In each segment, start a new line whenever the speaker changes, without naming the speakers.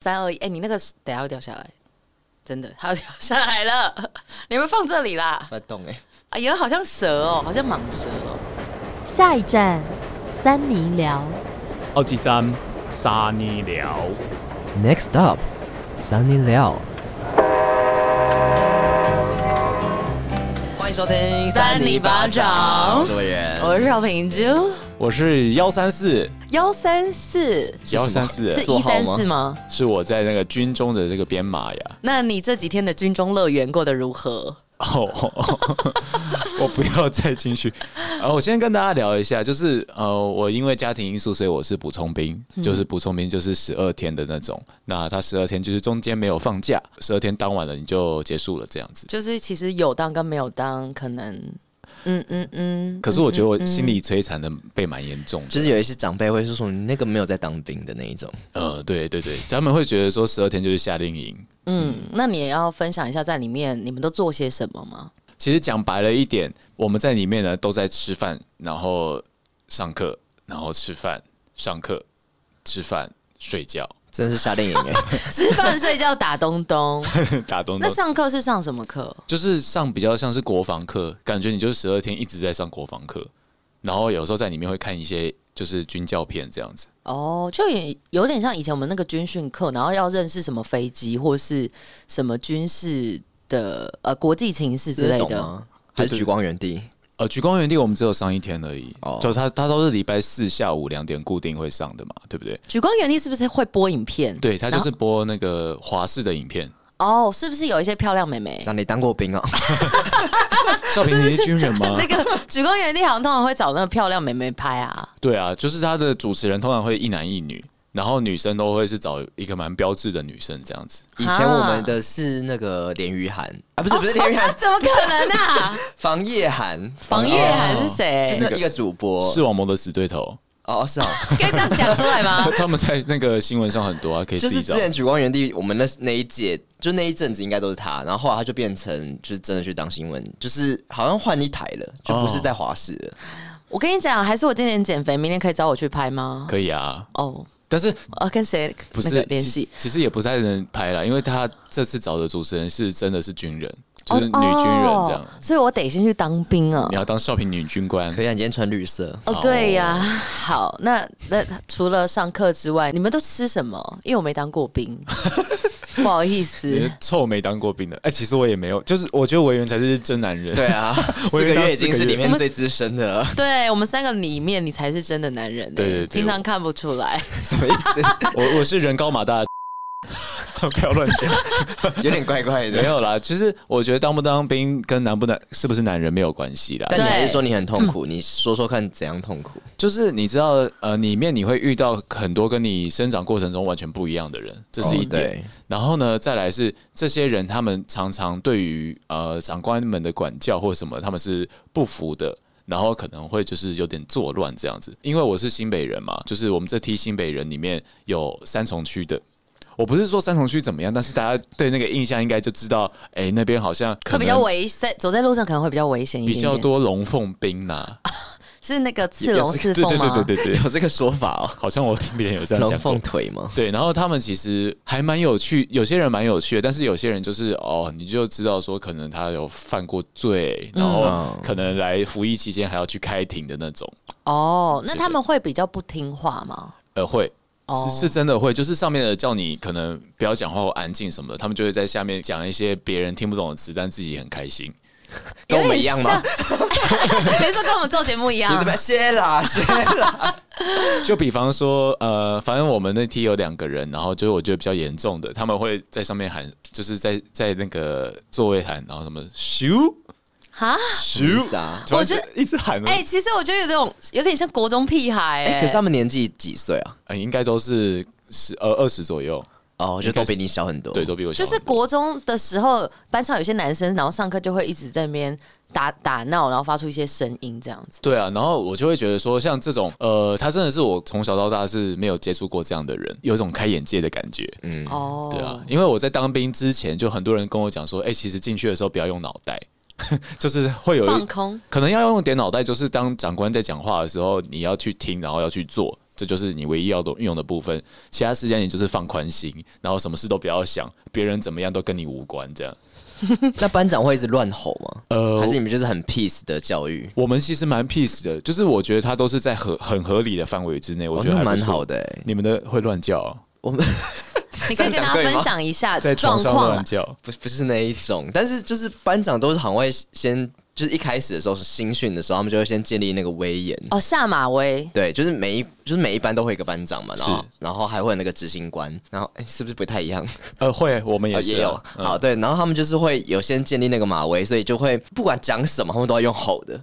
三二一，哎，你那个等下会掉下来，真的，它要掉下来了， 你们放这里啦！
乱动哎、
哎呀，好像蛇哦，好像蟒蛇哦，
下一站，三尼聊。
好几站沙尼聊，
Next up, Sunny Liao。
欢迎收听
三里巴掌
我是魏源，
我是赵平珠，
我是幺三四
哦幺三四
幺三四，
是
座
一
号
三
吗
四吗？
是我在那个军中的这个编码呀。
那你这几天的军中乐园过得如何？
哦， 我不要再进去。呃，我先跟大家聊一下，就是呃，我因为家庭因素，所以我是补充兵，
嗯
就是补充兵就是十二天的那种。那他十二天就是中间没有放假，十二天当晚了你就结束了这样子。
就是其实有当跟没有当，可能，嗯嗯嗯。
可是我觉得我心
里
理摧残的被蛮严重的，
就是有一些长辈会说说你那个没有在当兵的那一种，
呃，对对对，他们会觉得说十二天就是夏令营，
嗯，那你也要分享一下在里面你们都做些什么吗？
其实讲白了一点，我们在里面呢都在吃饭，然后上课，然后吃饭，上课，吃饭，睡觉，
真的是夏令营哎，
吃饭、睡觉、打东 东。
打东
那
东。
上课是上什么课？
就是上比较像是国防课，感觉你就是十二天一直在上国防课，然后有时候在里面会看一些就是军教片这样子。
哦，就也有点像以前我们那个军训课，然后要认识什么飞机或是什么军事的呃国际情势 之
这
类
种
的。
吗？还是举光原地？
呃，举光原地我们只有上一天而已，
哦
就他他都是礼拜四下午两点固定会上的嘛，对不对？
举光原地是不是会播影片？
对，他就
然后
是播那个华视的 影片。
哦，是不是有一些漂亮妹妹？
长你当过兵哦，
啊
少平，你是军人吗？
那个举光原地好像通常会找那个漂亮妹妹拍啊。
对啊，就是他的主持人通常会一男一女，然后女生都会是找一个蛮标志的女生这样子。
以前我们的是那个连于涵啊，不是不 是连于
啊
涵，
怎么可能啊？
房夜涵，
房夜涵是谁？
就是一个主播，
视网膜的死对头，
哦是哦，
可以这样讲出来吗？
他们在那个新闻上很多啊，可以
啊就
自
是
己
之
找。
前举光原地，我们那那一届，就那一阵子应该都是他，然后后来他就变成就是真的去当新闻，就是好像换一台了，就不是在华视了。
我跟你讲，还是我今年减肥，明年可以找我去拍吗？
可以啊，
哦，
但是
呃、跟谁
不
那
是
个联系
其？其实也不太能拍了，因为他这次找的主持人是真的是军人，
哦
就是女军人这样。
哦所以我得先去当兵啊
你。要当少平女军官，
可以啊，你今天穿绿色，
哦，对呀、好，那那除了上课之外，你们都吃什么？因为我没当过 兵，不好意
你
思
是。臭没当过兵的。哎、其实我也没有，就是我觉得委员才是真男人。
对啊，
我
四个
以为当
月已经
四
是
个
里
月
面最资深的了，
对我们三个里面，你才是真的男人、欸。
对对对
平常看不出来。
什么意思？
我我是人高马大的 不要乱讲。
有点怪怪
没
的。
有啦，其实我觉得当不当兵跟男不男是不是男人没有关系啦，
但你还
对
是说你很痛苦，你说说看怎样痛苦？
就是你知道呃，里面你会遇到很多跟你生长过程中完全不一样的人，这是一
哦
点。
对
然后呢，再来是这些人他们常常对于呃长官们的管教或什么，他们是不服的。然后可能会就是有点作乱这样子，因为我是新北人嘛，就是我们这批新北人里面有三重区的，我不是说三重区怎么样，但是大家对那个印象应该就知道，哎，那边好像
会
可能
比较危在走在路上可能会比较危险一点
比
点
较多龙凤兵呐、
是那个刺龙
对
刺
对
凤吗？
对对对对，
有这个说法哦，
好像我听别人有这样
龙
啊讲
凤
过。
腿吗？
对，然后他们其实还蛮有趣，有些人蛮有趣的，但是有些人就是哦，你就知道说可能他有犯过罪，然后
嗯
可能来服役期间还要去开庭的那种。
哦，那
对
他们会比较不听话吗？
呃，会
哦
是是真的会，就是上面的叫你可能不要讲话或安静什么的，他们就会在下面讲一些别人听不懂的词，但自己很开心。
跟我们一样 吗？
比如说跟我们做节目一
你
样
怎么，样谢啦谢啦？
就比方说，呃，反正我们那梯有两个人，然后就是我觉得比较严重的，他们会在上面喊，就是在在那个座位喊，然后什么咻
哈？
咻
是啊
突然
我觉得
就一直喊了，
哎、其实我觉得有这种有点像国中屁孩、哎、
哎，可是他们年纪几岁啊？
呃应该都是十呃二十左右，
哦，就都比你小很多。
对，都比我小
就
很
是
多。
国中的时候，班上有些男生，然后上课就会一直在那边打打闹，然后发出一些声音这样子。
对啊，然后我就会觉得说，像这种，呃，他真的是我从小到大是没有接触过这样的人，有一种开眼界的感觉。
哦，
对啊，，因为我在当兵之前，就很多人跟我讲说，哎、其实进去的时候不要用脑袋， 就是会有一
放空。
可能要用点脑袋，就是当长官在讲话的时候，你要去听，然后要去做。这就是你唯一要的运用的部分。其他时间你就是放宽心，然后什么事都不要想，别人怎么样都跟你无关。这样，
那班长会一直乱吼吗？
呃
还是你们就是很 peace 的教育？
我们其实蛮 peace 的，就是我觉得他都是在合很合理的范围之内，我
哦
觉得
那
还不
蛮
错
好的欸
你们的会乱叫哦，
我们
你可以跟大家
这样讲对吗。
分享一下
在床
状
上
况
乱
啦。
叫
不不是那一种，但是就是班长都是很会先，就是一开始的时候是新训的时候，他们就会先建立那个威严。
哦，下马威，
对，就是每一就是每一班都会有一个班长嘛，然后
是
然后还会有那个执行官，然后哎、是不是不太一样？
呃，会，我们
哦
也是啊
也有、
嗯
好对，然后他们就是会有先建立那个马威，所以就会不管讲什么，他们都要用吼的。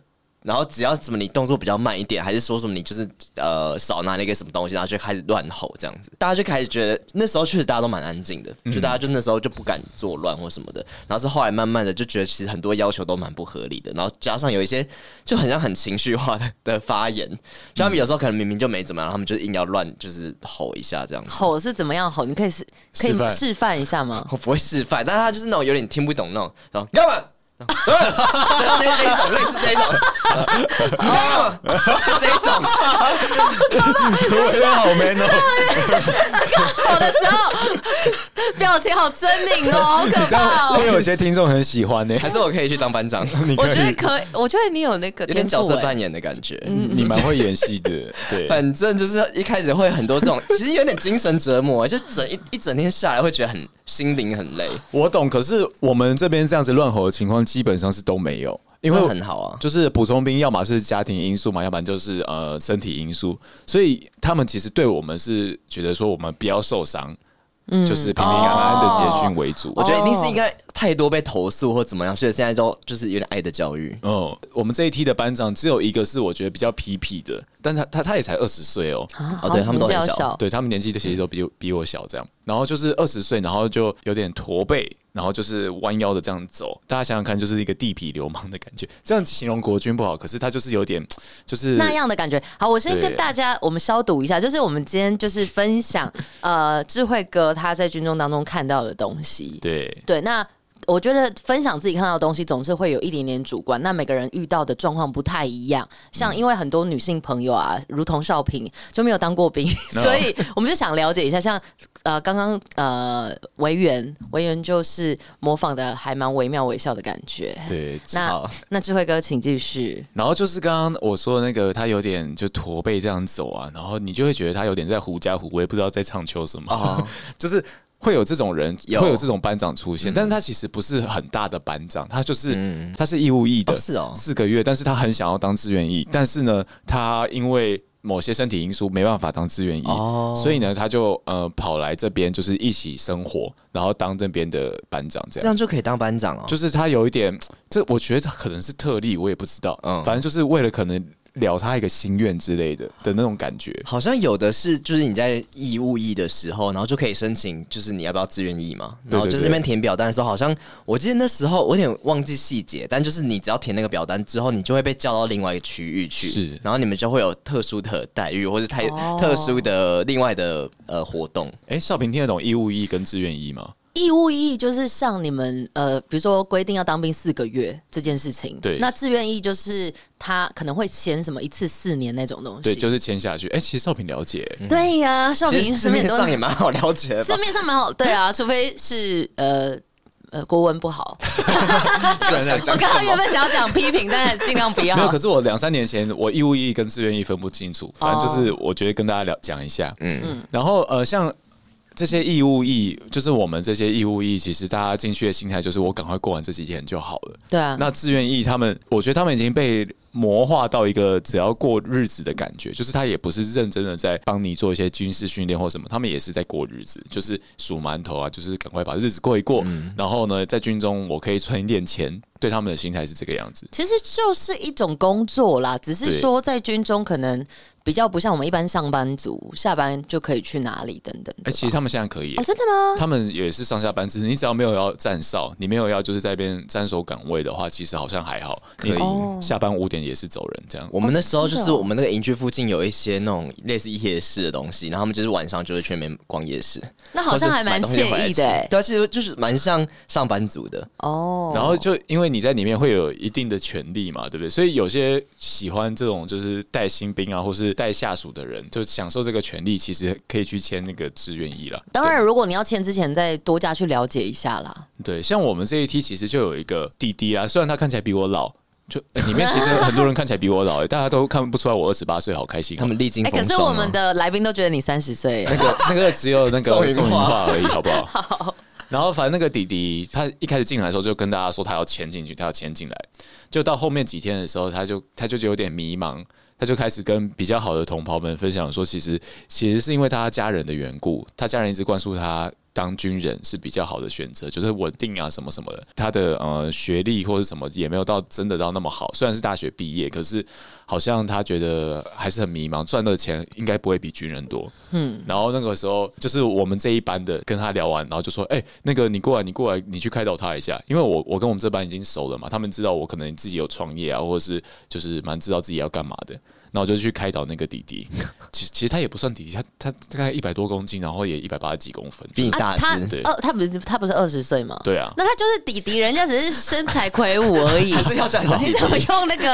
然后只要什么你动作比较慢一点，还是说什么你就是呃少拿了一个什么东西，然后就开始乱吼这样子，大家就开始觉得那时候确实大家都蛮安静的，就大家
嗯
就那时候就不敢作乱或什么的。然后是后来慢慢的就觉得其实很多要求都蛮不合理的，然后加上有一些就很像很情绪化的的发言，就他们有时候可能明明就没怎么样，他们就硬要乱就是吼一下这样子。
吼是怎么样吼？你可以示可
示
以
范
示范一下 吗？
我不会示范，但是他就是那种有点听不懂那种，然后你干嘛？然后那那一种类似这一种，你干嘛？这一种，
我觉得好 man 哦，
吼的时候 表情好狰狞哦，好可
这
怕
样
哦
会。有些听众很喜欢呢。
还是我可以去当班长，
我觉得可以，我觉得你有那个
有点
天
角
赋
色
哎
扮演的感觉。
你蛮会演戏的，对，
反正就是一开始会很多这种，其实有点精神折磨，就整一一整天下来会觉得很心灵很累，
我懂，可是我们这边这样子乱吼的情况基本上是都没有，因为
那很好啊
就是补充兵，要么是家庭因素嘛，要不然就是呃身体因素，所以他们其实对我们是觉得说我们不要受伤，就是平平安安的结训为主。
嗯哦我觉得一定是应该太多被投诉或怎么样，所以现在都就是有点爱的教育。
哦，我们这一梯的班长只有一个是我觉得比较痞痞的，但他他他也才二十岁哦，
啊
哦对
好
他们都
比
很
较
小
小，
对他们年纪其实都比我比我小这样，然后就是二十岁，然后就有点驼背，然后就是弯腰的这样走。大家想想看，就是一个地痞流氓的感觉。这样形容国军不好，可是他就是有点就是
那样的感觉。好，我先
对
跟大家我们消毒一下，就是我们今天就是分享呃智慧哥他在军中当中看到的东西。
对
对，那。我觉得分享自己看到的东西，总是会有一点点主观。那每个人遇到的状况不太一样，
嗯
像因为很多女性朋友啊，如同少平就没有当过兵，
No
所 以我们就想了解一下，像呃刚刚呃维园，维园就是模仿的还蛮惟妙惟肖的感觉。
对。
那那智慧哥，请继续。
然后就是刚刚我说的那个，他有点就驼背这样走啊，然后你就会觉得他有点在狐假虎威，不知道在唱秋什么，
哦
就是会有这种人，
有嗯
会有这种班长出现，但是他其实不是很大的班长，他就是、他是义务役的，
哦是哦嗯
四个月，但是他很想要当志愿役，但是呢，他因为某些身体因素没办法当志愿役，
哦
所以呢，他就呃跑来这边就是一起生活，然后当这边的班长这样
这。样就可以当班长哦，
就是他有一点，这我觉得这可能是特例，我也不知道。
嗯
反正就是为了可能了他一个心愿之类的的那种感觉。
好像有的是，就是你在义务役的时候，然后就可以申请，就是你要不要自愿役嘛？
对
然后
对
就
对
这边填表单的时候，好像我记得那时候我有点忘记细节，但就是你只要填那个表单之后，你就会被叫到另外一个区域去，
是
然后你们就会有特殊的待遇，或是太、
哦
特殊的另外的呃活动。
哎、少平听得懂义务役跟志愿役吗？
义务役就是像你们呃，比如说规定要当兵四个月这件事情，
对
那志愿役就是他可能会签什么一次四年那种东西，
对，就是签下去。哎、其实少平了解、
对呀、少
其
平
实字
身边很
面
多
上也蛮好了解 的
字
吧，
面上蛮好，对啊，除非是呃。呃，国文不好。
不然想
我
讲
刚刚
什
原
么？
本想要讲批评，但尽量不要
没。有，可是我两三年前我义务役跟志愿役分不清楚，反正就是我觉得跟大家聊讲一下。嗯，然后呃，像这些义务役，就是我们这些义务役，其实大家进去的心态就是我赶快过完这几天就好了。
对啊，
那志愿役他们，我觉得他们已经被魔化到一个只要过日子的感觉，就是他也不是认真的在帮你做一些军事训练或什么，他们也是在过日子，就是数馒头啊，就是赶快把日子过一过。
嗯
然后呢，在军中我可以存一点钱，对他们的心态是这个样子。
其实就是一种工作啦，只是
对
说在军中可能比较不像我们一般上班族，下班就可以去哪里等等的吧。
哎、其实他们现在可以、
哦，真的吗？
他们也是上下班制，你只要没有要站哨，你没有要就是在那边站守岗位的话，其实好像还好。
以
你下班五点也是走人这样。
我们那时候
哦
就
真
是
的哦
我们那个营区附近有一些那种类似夜市的东西，然后他们就是晚上就会去那边逛夜市。
那好像还蛮惬意的、欸、
对啊，其实就是蛮像上班族的，
哦。
然后就因为你在里面会有一定的权利嘛，对不对？所以有些喜欢这种就是带新兵啊，或是带下属的人，就享受这个权利，其实可以去签那个志愿役了。
当然，如果你要签之前，再多加去了解一下啦。
对，像我们这一梯其实就有一个弟弟啊，虽然他看起来比我老，就呃里面其实很多人看起来比我老、欸，大家都看不出来我二十八岁，好开心哦、
他们历经
哎、
风霜
可
啊。哎
是我们的来宾都觉得你三十岁，
那个那个只有那个
宋
宋
云
云
画
画而已，好不好？然后反正那个弟弟他一开始进来的时候就跟大家说他要签进去，他要签进来。就到后面几天的时候，他就他就有点迷茫，他就开始跟比较好的同袍们分享说，其实其实是因为他家人的缘故，他家人一直灌输他。当军人是比较好的选择，就是稳定啊什么什么的。他的呃学历或者什么也没有到真的到那么好，虽然是大学毕业，可是好像他觉得还是很迷茫，赚的钱应该不会比军人多。然后那个时候就是我们这一班的跟他聊完，然后就说：“哎、那个你过来，你过来，你去开导他一下，因为我我跟我们这班已经熟了嘛，他们知道我可能自己有创业啊，或者是就是蛮知道自己要干嘛的。”那我就去开导那个弟弟，其实其实他也不算弟弟，他他大概一百多公斤，然后也一百八十几公分，
比你
就是
大
啊他
只，
对
二、他不是他不是二十岁吗？
对啊，
那他就是弟弟，人家只是身材魁梧而已。
还是要这 样
你怎么用那个？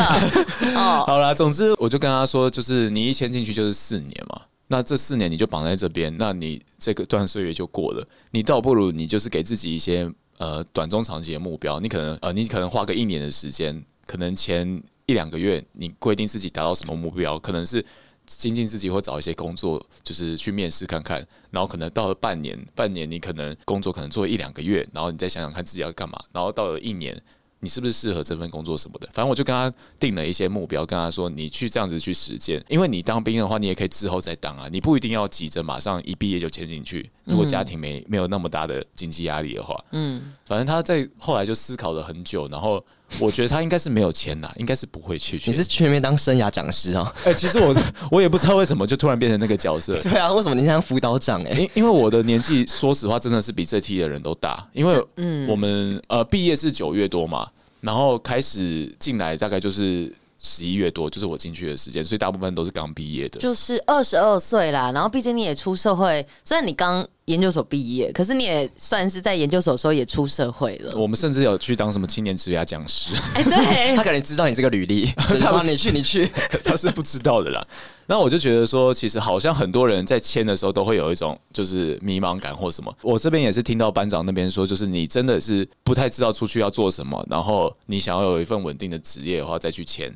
哦，
好啦，总之我就跟他说，就是你一签进去就是四年嘛，那这四年你就绑在这边，那你这个段岁月就过了，你倒不如你就是给自己一些呃短中长期的目标，你可能呃你可能花个一年的时间，可能前一两个月你规定自己达到什么目标，可能是。精进自己，或找一些工作，就是去面试看看。然后可能到了半年，半年你可能工作可能做一两个月，然后你再想想看自己要干嘛。然后到了一年，你是不是适合这份工作什么的。反正我就跟他定了一些目标，跟他说你去这样子去实践，因为你当兵的话，你也可以之后再当啊，你不一定要急着马上一毕业就签进去。如果家庭没没有那么大的经济压力的话，
嗯，
反正他在后来就思考了很久，然后我觉得他应该是没有签啦，应该是不会去
你
签。
是去那边当生涯讲师哦？
哎、其实我 我也不知道为什么就突然变成那个角色。
对啊，为什么你像辅导长哎、
因因为我的年纪，说实话，真的是比这梯的人都大。因为我们、呃毕业是九月多嘛，然后开始进来大概就是十一月多，就是我进去的时间，所以大部分都是刚毕业的。
就是二十二岁啦。然后毕竟你也出社会，虽然你刚研究所毕业，可是你也算是在研究所的时候也出社会了。
我们甚至有去当什么青年职涯讲师，
哎、对
他，可能知道你这个履历，所以就说你去你 去，
他是不知道的啦。那我就觉得说，其实好像很多人在签的时候都会有一种就是迷茫感或什么。我这边也是听到班长那边说，就是你真的是不太知道出去要做什么，然后你想要有一份稳定的职业的话再去签，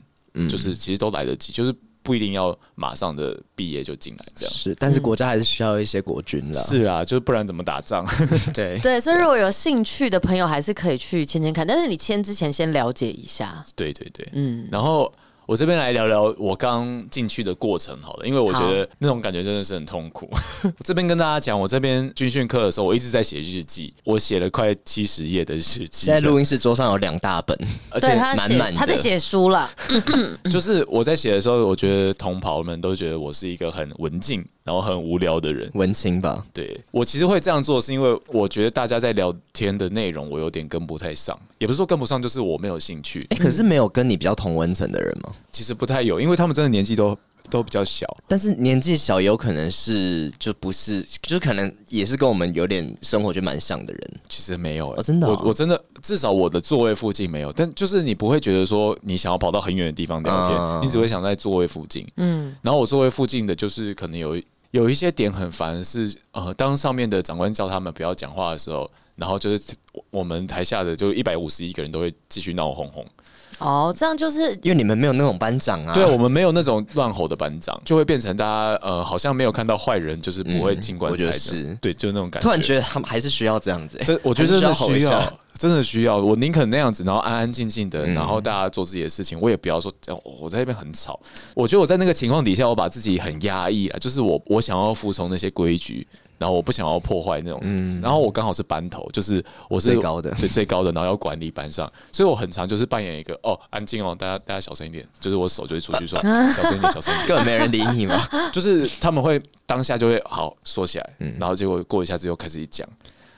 就是其实都来得及，就是不一定要马上的毕业就进来这样。
是，
嗯
但是国家还是需要一些国军的，
是啊，就是不然怎么打仗？
对。
对，所以如果有兴趣的朋友，还是可以去签签看。但是你签之前先了解一下。
对对对，嗯。然后我这边来聊聊我刚进去的过程好了，因为我觉得那种感觉真的是很痛苦。 这边跟大家讲，我这边军训课的时候，我一直在写日记，我写了快七十页的日记。
现在录音室桌上有两大本，
而
对
且
他写
满满的
他在写书了，
就是我在写的时候，我觉得同袍们都觉得我是一个很文静，然后很无聊的人。
文青吧？
对我其实会这样做，是因为我觉得大家在聊天的内容，我有点跟不太上，也不是说跟不上，就是我没有兴趣。
哎、可是没有跟你比较同温层的人吗？
其实不太有，因为他们真的年纪都都比较小。
但是年纪小也有可能是就不是，就是可能也是跟我们有点生活就蛮像的人。
其实没有、欸
哦真的哦
我我真的至少我的座位附近没有，但就是你不会觉得说你想要跑到很远的地方聊天，
嗯
你只会想在座位附近。嗯，然后我座位附近的就是可能有有一些点很烦是，呃，当上面的长官叫他们不要讲话的时候，然后就是我我们台下的就一百五十一个人都会继续闹哄哄。
哦，这样就是
因为你们没有那种班长啊，
对我们没有那种乱吼的班长，就会变成大家呃好像没有看到坏人，就是不会进棺
嗯我觉
材
得
的。
是
对，就那种感觉。
突然觉得他们还是需要这样子、欸，
这我觉得真
还
的
是吼一
需
下
要，真的需要。我宁肯那样子，然后安安静静的，
嗯
然后大家做自己的事情，我也不要说哦我在那边很吵。我觉得我在那个情况底下，我把自己很压抑啊，就是我我想要服从那些规矩，然后我不想要破坏那种。然后我刚好是班头，就是我
嗯
是
最高的
对最高的，然后要管理班上，所以我很常就是扮演一个哦安静哦，大家大家小声一点，就是我手就会出 去说小声一点，小声一点。
根本没人理你嘛。
就是他们会当下就会好缩起来，
嗯
然后结果过一下子又开始一讲。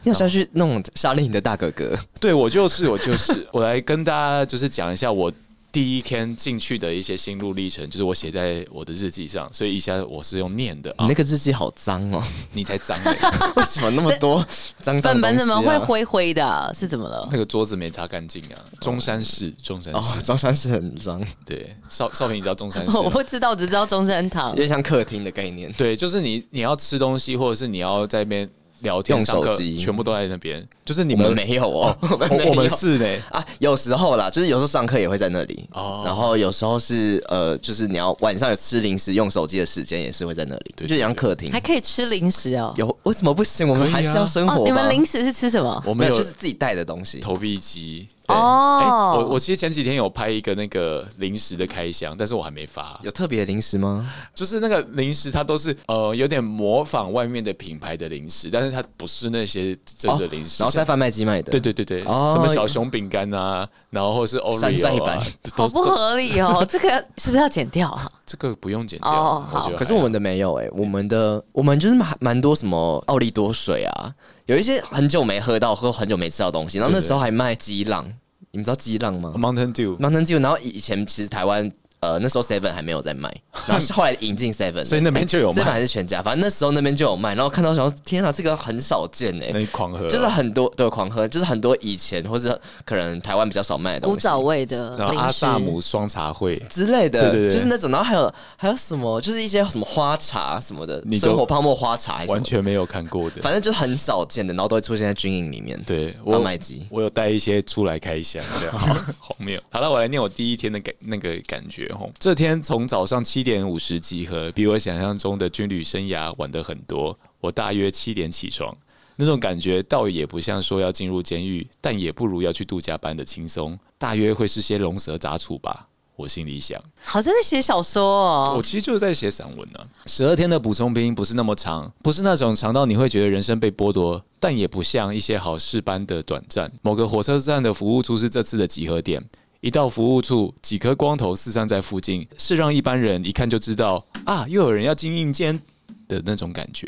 你好像去那种夏令营的大哥哥，
对我就是我就是，我来跟大家就是讲一下我第一天进去的一些心路历程，就是我写在我的日记上，所以以下我是用念的啊
你那，个日记好脏哦，
你才脏欸嘞，
为什么那么多脏脏、
本
的
本怎么
东西
会
啊
灰灰的啊、是怎么 了？
那个桌子没擦干净啊，中山市，中山市，
哦，中山是很脏，
对，少少平你知道中山市
我
吗？
不知道，只知道中山堂
有。点像客厅的概念。
对，就是你你要吃东西，或者是你要在那边聊天、
用
上课
手机，
全部都在那边，就是你
我们
们
没有哦，我们没
我
有
我们是呢，
啊，有时候啦，就是有时候上课也会在那里，
哦
然后有时候是呃，就是你要晚上有吃零食、用手机的时间也是会在那里，
对
就像客厅
还。可以吃零食哦。
有为什么不行？我们
可以啊
还是要生活吧、
哦，你们零食是吃什么？
我
没
们
有
有
就是自己带的东西，
投币机。
对
哎、
哦，
我我其实前几天有拍一个那个零食的开箱，但是我还没发。
有特别的零食吗？
就是那个零食，它都是呃有点模仿外面的品牌的零食，但是它不是那些真的零食。
哦然后在贩卖机卖的，
对对对对，
哦
什么小熊饼干啊，然后或是
山寨
Oreo
版
啊，
好不合理哦，这个是不是要剪掉啊？
这个不用剪掉。
哦
我觉
好
得
可是
还
我
好
们的没有哎、我们的我们就是蛮蛮多什么奥利多水啊，有一些很久没喝到或很久没吃到东西，然后那时候还卖鸡浪，你们知道鸡浪吗
哎 Mountain Dew，
？Mountain Dew，然后以前其实台湾呃那时候 Seven 还没有在卖，然后是后来引进 Seven，
所以那边就有
Seven
卖，
还是全家，反正那时候那边就有卖，然后看到想说天啊，这个很少见哎、
那你狂喝啊，
就是很多对狂喝，就是很多以前或是可能台湾比较少卖的东西，
古早味的
然后
零
阿
食，
萨姆双茶会，
之类的，
对对对
就是那种，然后还有还有什么，就是一些什么花茶什么的，
你都
生活泡沫花茶还是什么的
完，全没有看过的。
反正就是很少见的，然后都会出现在军营里面。，
对我
贩卖机
我有带一些出来开箱，这样荒谬。 好了，我来念我第一天的感那个感觉吼。这天从早上七点五十集合，比我想象中的军旅生涯晚得很多。我大约七点起床，那种感觉倒也不像说要进入监狱，但也不如要去度假般的轻松。大约会是些龙蛇杂处吧，我心里想。
好像在写小说哦
我。其实就是在写散文呢、啊。十二天的补充兵不是那么长，不是那种长到你会觉得人生被剥夺，但也不像一些好事般的短暂。某个火车站的服务处是这次的集合点。一到服务处，几颗光头四散在附近，是让一般人一看就知道啊，又有人要进硬间的那种感觉。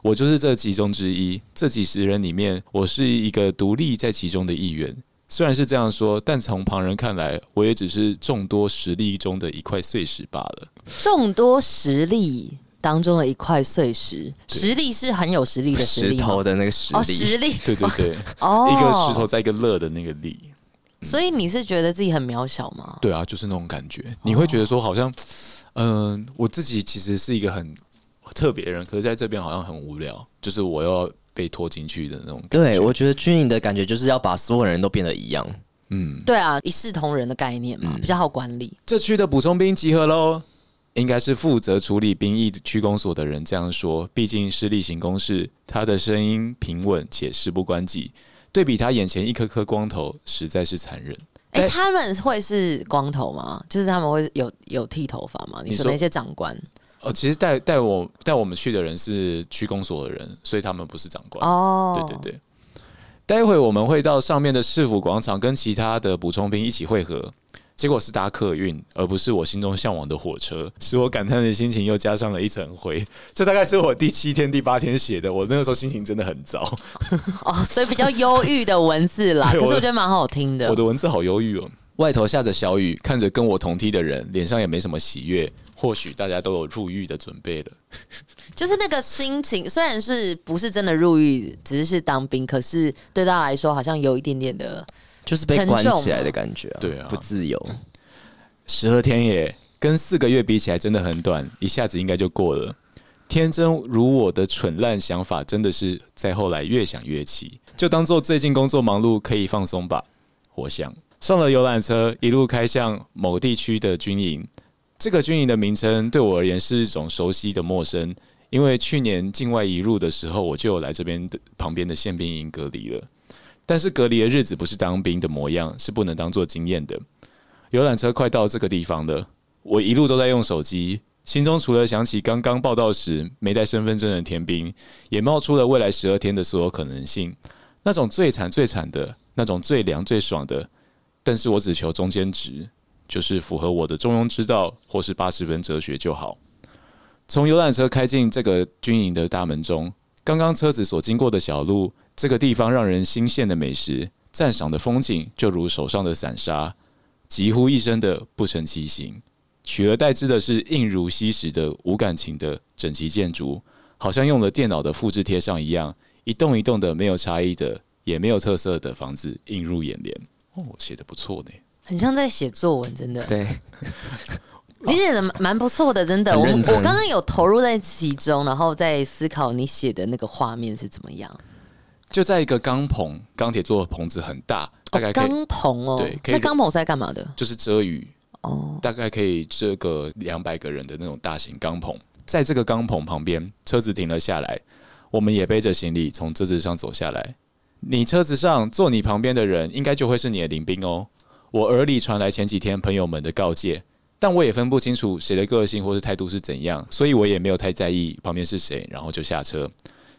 我就是这其中之一。这几十人里面，我是一个独立在其中的一员。虽然是这样说，但从旁人看来，我也只是众多实力中的一块碎石罢了。
众多实力当中的一块碎石，实力是很有实力的实
石
力吗
头的那个实
哦，
力，
实力
对对对，
哦，
一个石头在一个乐的那个力。
所以你是觉得自己很渺小吗？
对啊，就是那种感觉，你会觉得说好像，嗯、我自己其实是一个很特别的人，可是在这边好像很无聊，就是我要被拖进去的那种感觉。
对，我觉得军营的感觉就是要把所有人都变得一样。
嗯，
对啊，一视同仁的概念嘛，比较好管理。
这区的补充兵集合喽。应该是负责处理兵役区公所的人这样说，毕竟是例行公事。他的声音平稳且事不关己，对比他眼前一颗颗光头，实在是残忍。
哎、
但
他们会是光头吗？就是他们会有有剃头发吗？你
你
说
说
那些长官
哦，其实带带我带我们去的人是区公所的人，所以他们不是长官。
哦，
对对对。待会我们会到上面的市府广场跟其他的补充兵一起汇合。结果是搭客运，而不是我心中向往的火车，使我感叹的心情又加上了一层灰。这大概是我第七天、第八天写的，我那个时候心情真的很糟，
哦，所以比较忧郁的文字啦，可
对
是
我
我
的
觉得蛮好听的
我。的文字好忧郁哦。外头下着小雨，看着跟我同梯的人，脸上也没什么喜悦。或许大家都有入狱的准备了。
就是那个心情，虽然是不是真的入狱，只是是当兵，可是对大家来说好像有一点点的
就是被
沉重
关
嘛
起来的感觉、啊，
对啊
不自由。
十二天耶，跟四个月比起来真的很短，一下子应该就过了。天真如我的蠢烂想法，真的是在后来越想越气，就当做最近工作忙碌可以放松吧。我想上了游览车，一路开向某地区的军营。这个军营的名称对我而言是一种熟悉的陌生，因为去年境外移入的时候，我就有来这边的旁边的宪兵营隔离了。但是隔离的日子不是当兵的模样，是不能当做经验的。游览车快到这个地方了，我一路都在用手机，心中除了想起刚刚报道时没带身份证的田兵，也冒出了未来十二天的所有可能性，那种最惨最惨的，那种最凉最爽的，但是我只求中间值，就是符合我的中庸之道，或是八十分哲学就好。从游览车开进这个军营的大门中，刚刚车子所经过的小路，这个地方让人新鲜的美食，赞赏的风景，就如手上的散沙，急呼一声的不成其形，取而代之的是硬如吸石的无感情的整齐建筑，好像用了电脑的复制贴上一样，一栋一栋的没有差异的，也没有特色的房子映入眼帘。哦，写的不错呢。
很像在写作文，真的。
对，
你写的蛮不错的，真的。
很
我
认真
我刚刚有投入在其中，然后在思考你写的那个画面是怎么样。
就在一个钢棚，钢铁做的棚子很大，大概
哦
可以、
钢棚哦
对，可以
那钢棚是在干嘛的？
就是遮雨，
哦，
大概可以遮个两百个人的那种大型钢棚。在这个钢棚旁边，车子停了下来，我们也背着行李从车子上走下来。你车子上坐你旁边的人，应该就会是你的邻兵哦。我耳里传来前几天朋友们的告诫，但我也分不清楚谁的个性或是态度是怎样，所以我也没有太在意旁边是谁，然后就下车。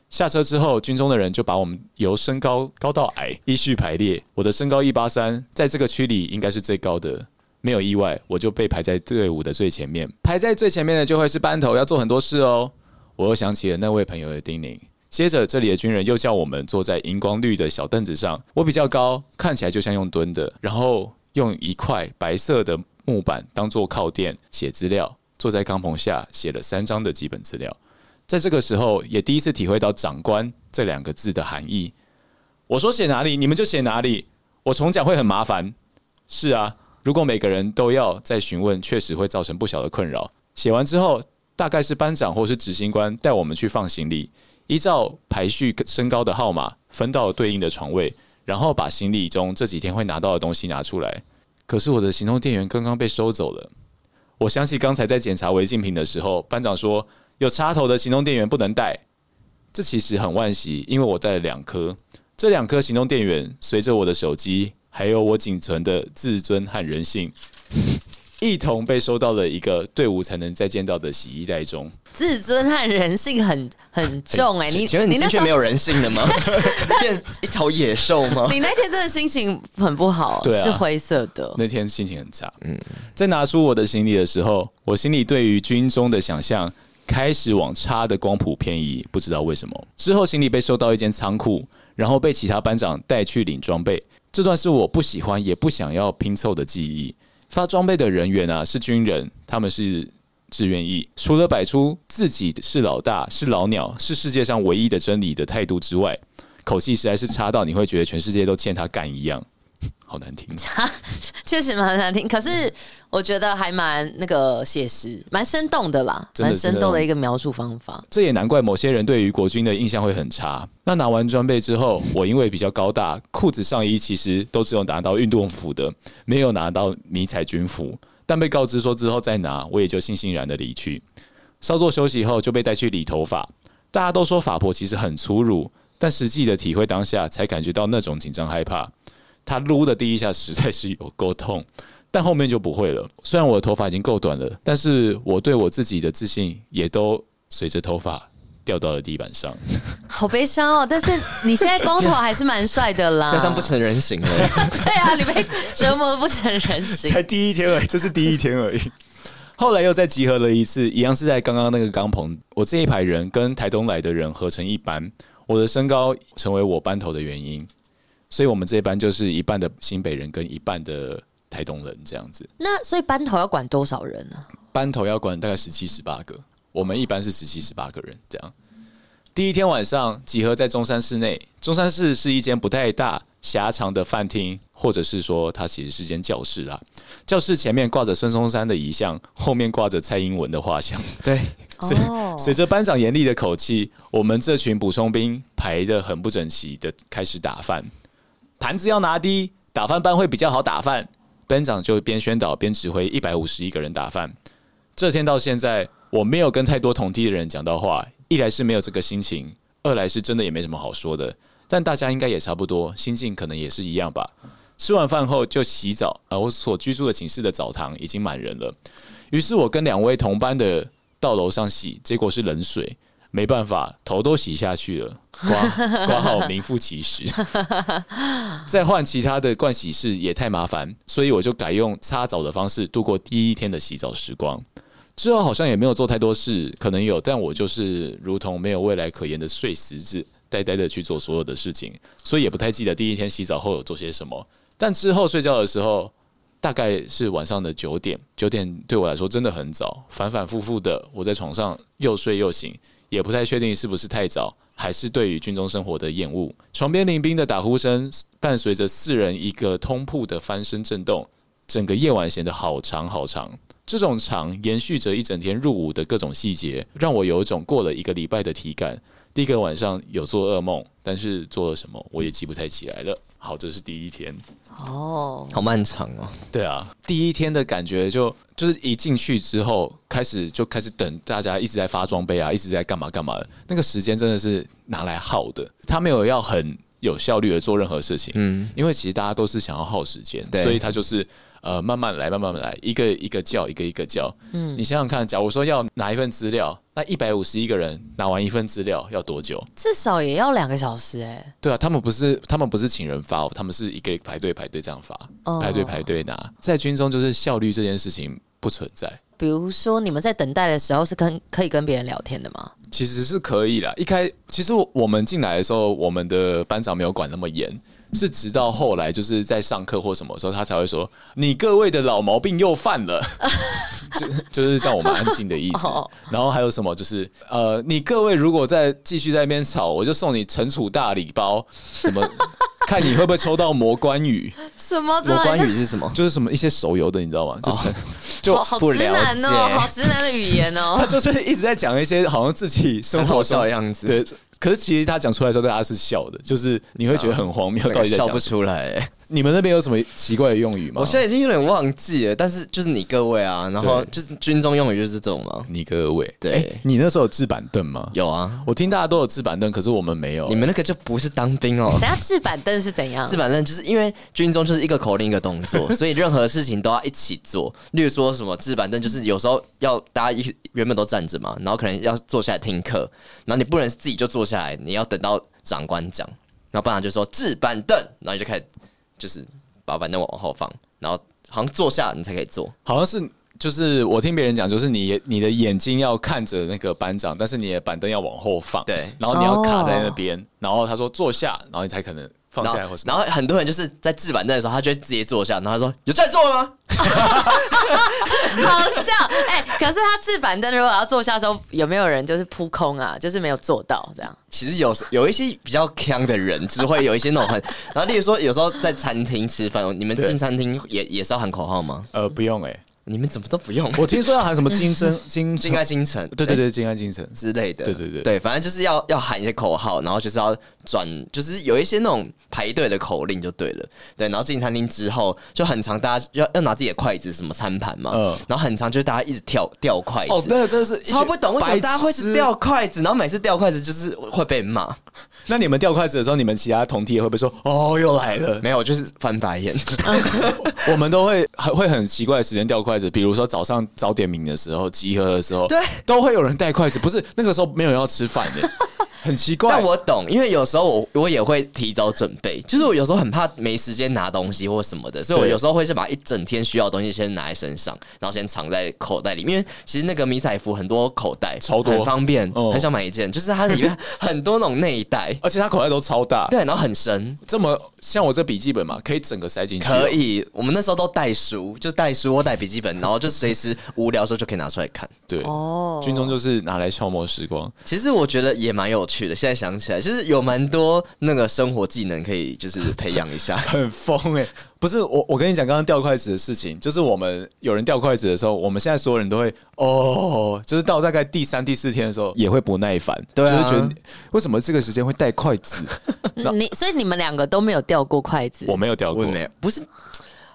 下车之后，军中的人就把我们由身高高到矮依序排列。我的身高一八三，在这个区里应该是最高的，没有意外，我就被排在队伍的最前面。排在最前面的就会是班头，要做很多事哦。我又想起了那位朋友的叮咛。接着，这里的军人又叫我们坐在荧光绿的小凳子上。我比较高，看起来就像用蹲的，然后用一块白色的木板当做靠垫写资料。坐在钢棚下写了三张的基本资料。在这个时候，也第一次体会到“长官”这两个字的含义。我说写哪里，你们就写哪里。我重讲会很麻烦。是啊，如果每个人都要再询问，确实会造成不小的困扰。写完之后，大概是班长或是执行官带我们去放行李，依照排序身高的号码分到对应的床位，然后把行李中这几天会拿到的东西拿出来。可是我的行动电源刚刚被收走了。我想起刚才在检查违禁品的时候，班长说有插头的行动电源不能带。这其实很惋惜，因为我带了两颗，这两颗行动电源随着我的手机，还有我仅存的自尊和人性，一同被收到了一个队伍才能再见到的洗衣袋中。
自尊和人性很很重哎、你
请问你
你
是
那
去
时
没有
候
人 性的吗？变一头野兽吗？
你那天真的心情很不好，
对啊
是灰色的。
那天心情很差。嗯，在拿出我的行李的时候，我心里对于军中的想象开始往差的光谱偏移，不知道为什么。之后行李被收到一间仓库，然后被其他班长带去领装备。这段是我不喜欢也不想要拼凑的记忆。发装备的人员啊是军人，他们是志愿役。除了摆出自己是老大、是老鸟、是世界上唯一的真理的态度之外，口气实在是差到你会觉得全世界都欠他干一样，好难听。
确实蛮难听，可是我觉得还蛮那个写实，蛮生动的啦，
真的
蛮生动的一个描述方法。
这也难怪某些人对于国军的印象会很差。那拿完装备之后，我因为比较高大，裤子、上衣其实都只有拿到运动服的，没有拿到迷彩军服。但被告知说之后再拿，我也就欣欣然的离去。稍作休息后，就被带去理头发。大家都说法婆其实很粗鲁，但实际的体会当下，才感觉到那种紧张害怕。她撸的第一下实在是有够痛，但后面就不会了。虽然我的头发已经够短了，但是我对我自己的自信也都随着头发掉到了地板 上。
好悲伤哦，但是你现在光头还是蛮帅的啦。
要像不成人形了。
对啊，你被折磨得不成人形。
第一天而已，这是第一天而已。 后来又再集合了一次，一样是在刚刚那个钢棚。我这一排人跟台东来的人合成一班，我的身高成为我班头的原因，所以我们这一班就是一半的新北人跟一半的台东人这样子。
那所以班头要管多少人啊呢、
班头要管大概十七十八个，我们一般是十七十八个人这样。第一天晚上集合在中山市内，中山市是一间不太大、狭长的饭厅，或者是说它其实是间教室啦。教室前面挂着孙中山的遗像，后面挂着蔡英文的画像。
对，
随
哦
随着班长严厉的口气，我们这群补充兵排得很不整齐的开始打饭，盘子要拿低，打饭班会比较好打饭。班长就边宣导边指挥一百五十一个人打饭。这天到现在，我没有跟太多同梯的人讲到话，一来是没有这个心情，二来是真的也没什么好说的。但大家应该也差不多，心境可能也是一样吧。吃完饭后就洗澡，呃，我所居住的寝室的澡堂已经满人了，于是我跟两位同班的到楼上洗，结果是冷水，没办法，头都洗下去了，挂挂号名副其实。再换其他的盥洗室也太麻烦，所以我就改用擦澡的方式度过第一天的洗澡时光。之后好像也没有做太多事，可能有，但我就是如同没有未来可言的碎石子，呆呆的去做所有的事情，所以也不太记得第一天洗澡后有做些什么。但之后睡觉的时候，大概是晚上的九点，九点对我来说真的很早，反反复复的，我在床上又睡又醒，也不太确定是不是太早，还是对于军中生活的厌恶。床边林兵的打呼声伴随着四人一个通铺的翻身震动，整个夜晚显得好长好长。这种长延续着一整天入伍的各种细节，让我有一种过了一个礼拜的体感。第一个晚上有做噩梦，但是做了什么我也记不太起来了。好，这是第一天。
哦，
好漫长哦。
对啊，第一天的感觉就就是一进去之后，开始就开始等大家一直在发装备啊，一直在干嘛干嘛的。那个时间真的是拿来耗的，他没有要很有效率的做任何事情，嗯，因为其实大家都是想要耗时间，
对
所以他就是呃慢慢来，慢慢来，一个一个叫，一个一个叫。嗯，你想想看，假如说要拿一份资料，那一百五十一个人拿完一份资料要多久？
至少也要两个小时哎、
对啊，他们不是他们不是请人发哦，他们是一个排队排队这样发，
哦
排队排队拿。在军中就是效率这件事情不存在，
比如说你们在等待的时候是跟可以跟别人聊天的吗？
其实是可以啦。一开其实我们进来的时候，我们的班长没有管那么严，是直到后来就是在上课或什么时候，他才会说你各位的老毛病又犯了。 就就是让我们安静的意思
哦，
然后还有什么？就是呃，你各位如果再继续在那边吵，我就送你惩处大礼包，什么 看你会不会抽到魔关羽。
什么？
我关羽是什么？
就是什么一些手游的，你知道吗？
哦
就是、
就
就
好好
不
直
了
男哦，
解
好直男的语言哦
他。就是一直在讲一些好像自己生
很
活
好
中
笑的样子
对，可是其实他讲出来的时候，大家是笑的，就是你会觉得很 荒谬，
整
到
个
底在
笑
讲
不？出来、欸。
你们那边有什么奇怪的用语吗？
我现在已经有点忘记了，但是就是你各位啊，然后
对
就是军中用语就是这种嘛。
你各位，
对
诶你那时候有置板凳吗？，
哎有啊，
我听大家都有置板凳，可是我们没有。哎
你们那个就不是当兵哦
等。下置板凳是怎样？
是反正就是因为军中就是一个口令一个动 作，所以任何事情都要一起做。例如说什么置板凳，就是有时候要大家一原本都站着嘛，然后可能要坐下来听课，然后你不能自己就坐下来，你要等到长官讲，然后班长就说置板凳，然后你就开始就是把板凳往后放，然后好像坐下你才可以坐。
好像是。就是我听别人讲，就是你你的眼睛要看着那个班长，但是你的板凳要往后放，
对哦
然后你要卡在那边，然后他说坐下，然后你才可能放
然
下
后
来或什么，
然后很多人就是在置板凳的时候，他就会直接坐下，然后他说有站坐吗？
好笑哎、可是他置板凳如果要坐下之后，有没有人就是扑空啊？就是没有做到这样？
其实有有一些比较强的人，就是会有一些那种很， 然后例如说有时候在餐厅吃饭，你们
对
进餐厅也也是要喊口号吗？
呃，不用哎、
你们怎么都不用？
我听说要喊什么金针 金
敬爱京城，
对对
哎
对，金安精神。
之类的，
对对对
对，反正就是要要喊一些口号，然后就是要转，就是有一些那种排队的口令就对了，对，然后进餐厅之后就很常大家要要拿自己的筷子什么餐盘嘛，
嗯
然后很常就是大家一直跳掉筷子，
哦，那个真的是
哎超不懂为什么大家会是
是
掉。筷子，然后每次掉筷子就是会被骂。
那你们掉筷子的时候，你们其他同梯会不会说“哦，又来了
没有，就是翻白 眼。”？
我们都会很会很奇怪的时间掉筷子，比如说早上早点名的时候，集合的时候，
对
都会有人带筷子，不是那个时候没有要吃饭 的，很奇怪。
但我懂，因为有时候我我也会提早准备，就是我有时候很怕没时间拿东西或什么的，所以我
对
有时候会是把一整天需要的东西先拿在身上，然后先藏在口袋里面。因为其实那个迷彩服很多口袋，
超多
很方便，
哦
很想买一件，就是它 里面很多那种内袋，
而且他口袋都超大，
对，然后很深。
这么像我这笔记本嘛，可以整个塞进去，
可。以，我们那时候都带书，就带书或带笔记本，然后就随时无聊的时候就可以拿出来看。
对，
哦
军中就是拿来消磨时光。。
其实我觉得也蛮有趣的，现在想起来，就是有蛮多那个生活技能可以就是培养一下
很疯哎、不是我，我跟你讲刚刚掉筷子的事情，就是我们有人掉筷子的时候，我们现在所有人都会哦，就是到大概第三、第四天的时候也会不耐烦，
对啊
就是觉得为什么这个时间会带筷 子？
嗯你所以你们两个都没有掉过筷子？
我没有掉过，
没有，不是。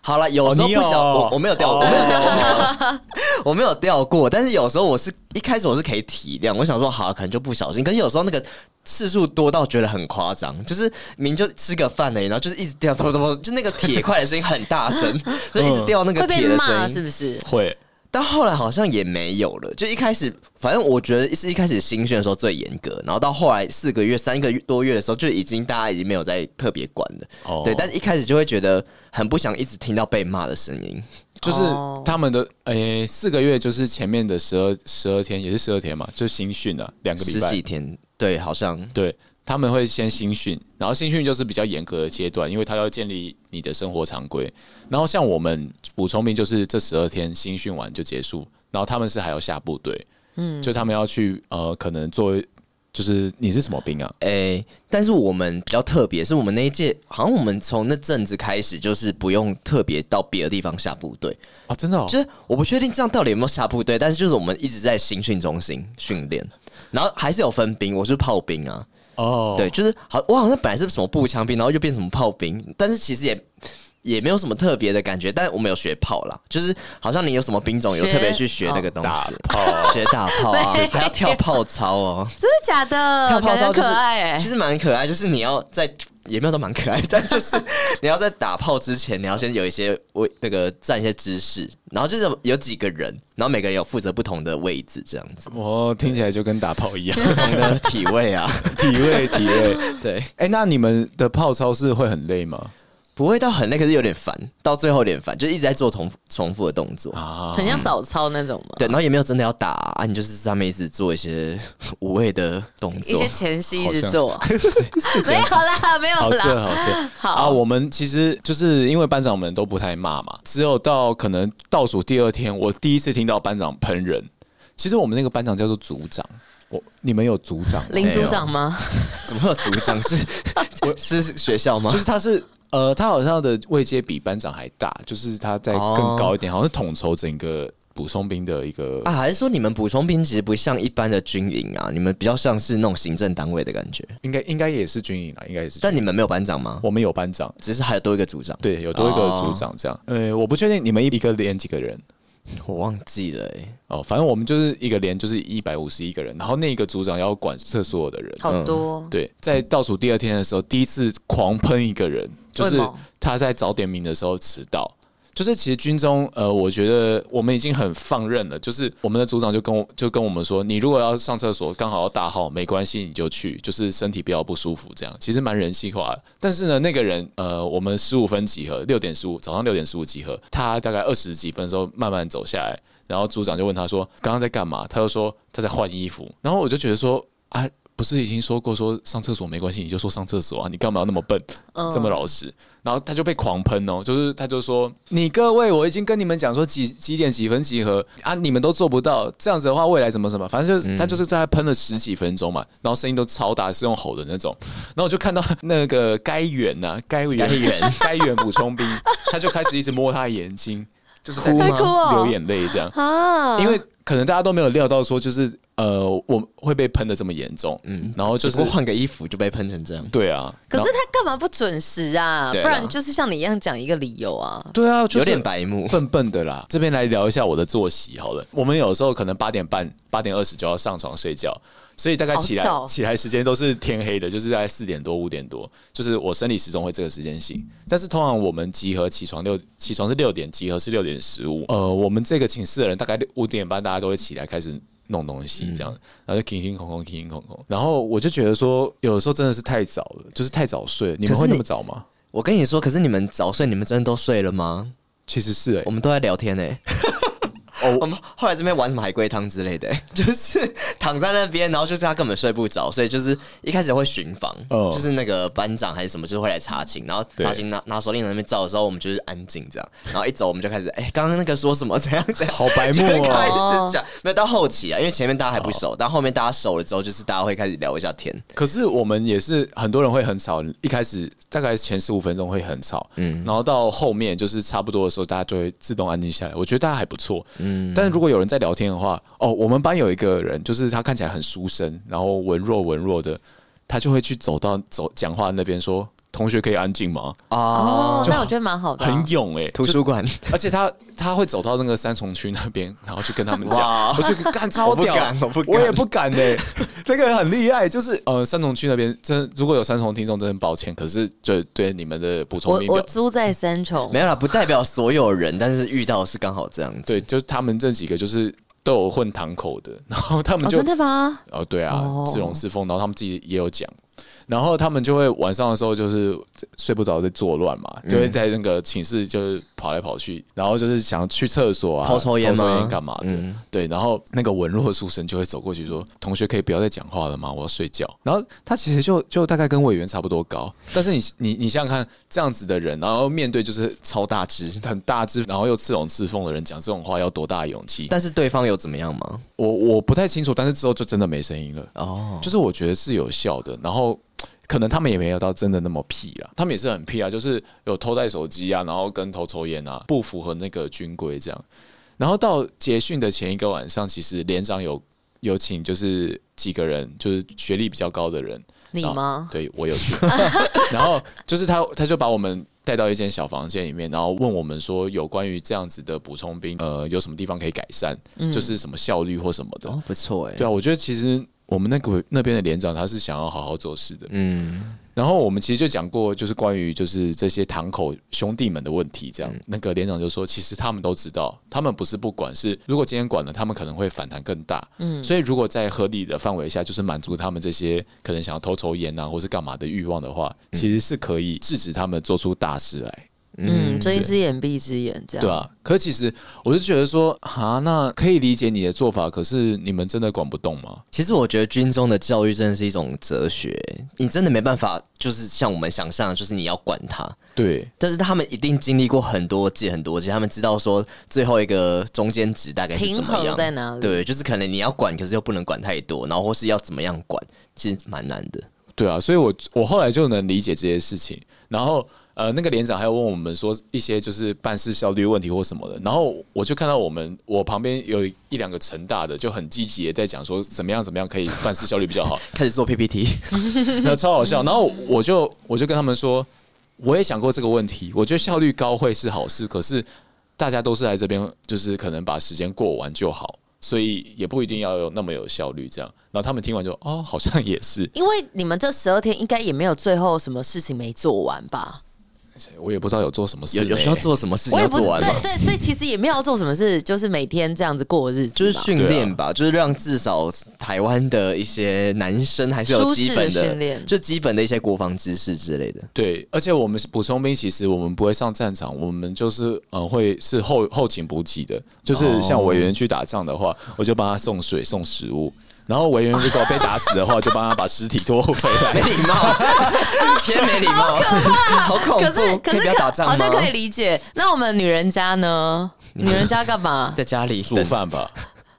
好了，有时候
哦你
不
有
小，我我没有掉过，
哦
我没有掉过，我没有掉过。但是有时候我是一开始我是可以体谅，我想说好，可能就不小心。可是有时候那个次数多到觉得很夸张，就是明就吃个饭而已，然后就是一直掉，咚咚咚，就那个铁块的声音很大 声，就一直掉那
嗯
个
会被
铁的
骂
声
是
音。
不是？
会
但后来好像也没有了，就一开始，反正我觉得是一开始新训的时候最严格，然后到后来四个月、三个月多月的时候，就已经大家已经没有再特别管了。
哦
对，但一开始就会觉得很不想一直听到被骂的声音。
就是
哦
他们的诶、四个月，就是前面的十二十二天也是十二天嘛，就是新训啊，两个礼
十
拜
几天，对，好像
对，他们会先新训，然后新训就是比较严格的阶段，因为他要建立你的生活常规。然后像我们补充兵，就是这十二天新训完就结束，然后他们是还要下部队，嗯，就他们要去呃，可能做就是你是什么兵啊？
诶、但是我们比较特别，是我们那一届好像我们从那阵子开始就是不用特别到别的地方下部队，
哦，真的、哦，
就是我不确定这样到底有没有下部队，但是就是我们一直在新训中心训练，然后还是有分兵，我是炮兵啊，
哦，
对，就是好，我好像本来是什么步枪兵，然后又变成什么炮兵，但是其实也也没有什么特别的感觉，但我们有学炮啦，就是好像你有什么兵种有
学
特别去学那个东西，炮学哦打炮啊，还要跳炮操哦，
真的假的？
跳炮
感觉
操
很
就是
可爱哎、
其实蛮可爱，就是你要在也没有都蛮可爱， 但就是你要在打炮之前，你要先有一些位那个站一些姿势，然后就是有几个人，然后每个人有负责不同的位置，这样子
我听起来就跟打炮 一样，
不同的体位啊，
体位体位。
对，
哎、那你们的炮操是会很累吗？
不会到很累，可是有点烦，到最后有点烦，就一直在做重复重复的动作。
啊，
很像早操那种嘛，
对，然后也没有真的要打啊，你就是上面一直做一些 无谓的动
一
作
些。前戏一直做， 没有啦，没有
好色
啦，
好色。
好
啊，我们其实就是因为班长们都不太骂嘛，只有到可能倒数第二天，我第一次听到班长喷人。其实我们那个班长叫做组长，我你们有组长吗
林组长吗？
嗯怎么会有组长 是是学校吗
就？是他是呃，他好像的位阶比班长还大，就是他在更高一点，好像是统筹整个补充兵的一个
啊，还是说你们补充兵其实不像一般的军营啊？你们比较像是那种行政单位的感觉，
应该应该也是军营啦，应该也是军营。
但你们没有班长吗？
我们有班长，
只是还有多一个组长，，
对，有多一个
哦
组长这样。呃，我不确定你们一一个连几个人
我忘记了、欸，
哦，反正我们就是一个连就是一百五十一个人，然后那个组长要管这所有的人。
好多，
对，在倒数第二天的时候，第一次狂喷一个人，就
为
是
什么
他在早点名的时候迟到。就是其实军中，呃，我觉得我们已经很放任了。就是我们的组长就跟我就跟我们说，你如果要上厕所，刚好要大号，没关系，你就去，就是身体不要不舒服这样。其实蛮人性化的。但是呢，那个人，呃，我们十五分集合，六点十五，早上六点十五集合，他大概二十几分的时候慢慢走下来，然后组长就问他说：“刚刚在干嘛？”他就说他在换衣服。然后我就觉得说啊，不是已经说过说上厕所没关系，你就说上厕所啊，你干嘛要那么笨，
嗯
这么老实？然后他就被狂喷哦，就是他就说你各位，我已经跟你们讲说几几点几分集合啊，你们都做不到，这样子的话未来怎么怎么，反正就是、他就是在喷了十几分钟嘛，然后声音都超大，是用吼的那种。然后我就看到那个该远 呐、该远
该远
该远补充兵，他就开始一直摸他的眼睛，就是在
哭吗
哭哦
流眼泪这样。
啊
因为可能大家都没有料到说，就是呃，我会被喷的这么严重，嗯，然后
只不
就是
过换个衣服就被喷成这样。
对啊，
可是
然后
他干嘛不准时啊？
对啊
不然就是像你一样讲一个理由啊。
对啊，就是
有点白目
笨笨的啦。这边来聊一下我的作息好了，我们有时候可能八点半、八点二十就要上床睡觉。所以大概
好
起来
早
起来时间都是天黑的，就是大概四点多五点多，就是我生理时钟会这个时间醒。但是通常我们集合起床六起床是六点，集合是六点十五。呃，我们这个寝室的人大概五点半大家都会起来开始弄东西
嗯
这样，然后就停停空空停停空空。然后我就觉得说，有的时候真的是太早了，就是太早睡了。你们
可是
会那
你
么早吗？
我跟你说，可是你们早睡，你们真的都睡了吗？
其实是哎、
我们都在聊天呢、欸哦，我们后来这边玩什么海龟汤之类的、 就是躺在那边，然后就是他根本睡不着，所以就是一开始会巡防，
哦
就是那个班长还是什么，就是会来查寝，然后
对
查寝拿拿手电筒在那边照的时候，我们就是安静这样，然后一走我们就开始，哎、刚刚那个说什么怎样怎样，
好白目
就会开
哦、
始讲，没有到后期啊，因为前面大家还不熟，但后面大家熟了之后，就是大家会开始聊一下天，
可是我们也是很多人会很吵，一开始大概前十五分钟会很吵，嗯，然后到后面就是差不多的时候，大家就会自动安静下来。我觉得大家还不错，嗯。但是如果有人在聊天的话，哦，我们班有一个人，就是他看起来很书生，然后文弱文弱的，他就会去走到走讲话那边说：“同学可以安静吗
哦，那我觉得蛮好？”的啊、
很勇哎、欸，
图
就是
书馆。
而且他他会走到那个三重区那边，然后去跟他们
哇
讲，我就干超
我不
屌，
敢我不敢
也不敢呢、欸 那个很厉害，就是呃，三重区那边真如果有三重听众，真的很抱歉，可是就对你们的补充
我
力
我
表，
租在三重
没，有啦，不代表所有人，但是遇到是刚好这样子。
对，就是他们这几个就是都有混堂口的，然后他们
哦，
就
真的吗？
哦，对啊
哦，
自龙自凤，然后他们自己也有讲。然后他们就会晚上的时候就是睡不着，在作乱嘛，
嗯
就会在那个寝室就是跑来跑去，然后就是想去厕所啊，
偷抽烟吗
干嘛的？
嗯
对，然后那个文弱书生就会走过去说：“同学可以不要再讲话了吗？我要睡觉。”然后他其实就就大概跟委员差不多高，但是你你你想想看，这样子的人，然后面对就是
超大只。
很大只，然后又刺龙刺凤的人讲这种话，要多大的勇气？
但是对方有怎么样吗？
我我不太清楚，但是之后就真的没声音了。
哦，
就是我觉得是有效的，然后。可能他们也没有到真的那么屁啦，他们也是很屁啊，就是有偷带手机啊，然后跟头抽烟啊，不符合那个军规这样。然后到结训的前一个晚上，其实连长有有请，就是几个人，就是学历比较高的人，
你
哦
然后
吗？
对我有去， 然后就是他他就把我们带到一间小房间里面，然后问我们说有关于这样子的补充兵，呃，有什么地方可以改善，
嗯
就是什么效率或什么的。
哦，不错哎。
对啊，我觉得其实我们那个那边的连长他是想要好好做事的，
嗯，
然后我们其实就讲过，就是关于就是这些堂口兄弟们的问题，这样、那个连长就说，其实他们都知道，他们不是不管，是如果今天管了，他们可能会反弹更大。嗯，所以如果在合理的范围下，就是满足他们这些可能想要偷抽烟啊，或是干嘛的欲望的话，其实是可以制止他们做出大事来。
嗯，睁一只眼闭一只眼这样。
对啊，可其实我就觉得说，哈，那可以理解你的做法，可是你们真的管不动吗？
其实我觉得军中的教育真的是一种哲学，欸你真的没办法，就是像我们想象的，就是你要管他，
对，
但是他们一定经历过很多届很多届，他们知道说最后一个中间值大概是怎么
平
样
衡在哪里
对，就是可能你要管，可是又不能管太多，然后或是要怎么样管，其实蛮难的。
对啊，所以我我后来就能理解这些事情。然后呃，那个连长还有问我们说一些就是办事效率问题或什么的。然后我就看到我们我旁边有一两个成大的就很积极的在讲说怎么样怎么样可以办事效率比较好，
开始做 PPT，
那超好笑。然后我就我就跟他们说，我也想过这个问题，我觉得效率高会是好事，可是大家都是来这边，就是可能把时间过完就好，所以也不一定要有那么有效率这样。然后他们听完就哦，好像也是，
因为你们这十二天应该也没有最后什么事情没做完吧？
我也不知道有做什么事欸
有
呢，
有需要做什么事情
我
要
也不
做完吗？
对对，所以其实也没有做什么事，就是每天这样子过日子吧，
就是训练吧，就是让至少台湾的一些男生还是有基本
舒适的训练
就基本的一些国防知识之类的。
对，而且我们补充兵，其实我们不会上战场，我们就是呃会是后后勤补给的，就是像委员去打仗的话，我就帮他送水送食物，然后委员如果被打死的话，就帮他把尸体拖回
没
来。
礼貌，偏没礼貌，好恐怖！
可是
以
是
不要打仗吗
好像可以理解。那我们女人家 呢？女人家干嘛？
在家里
煮饭吧，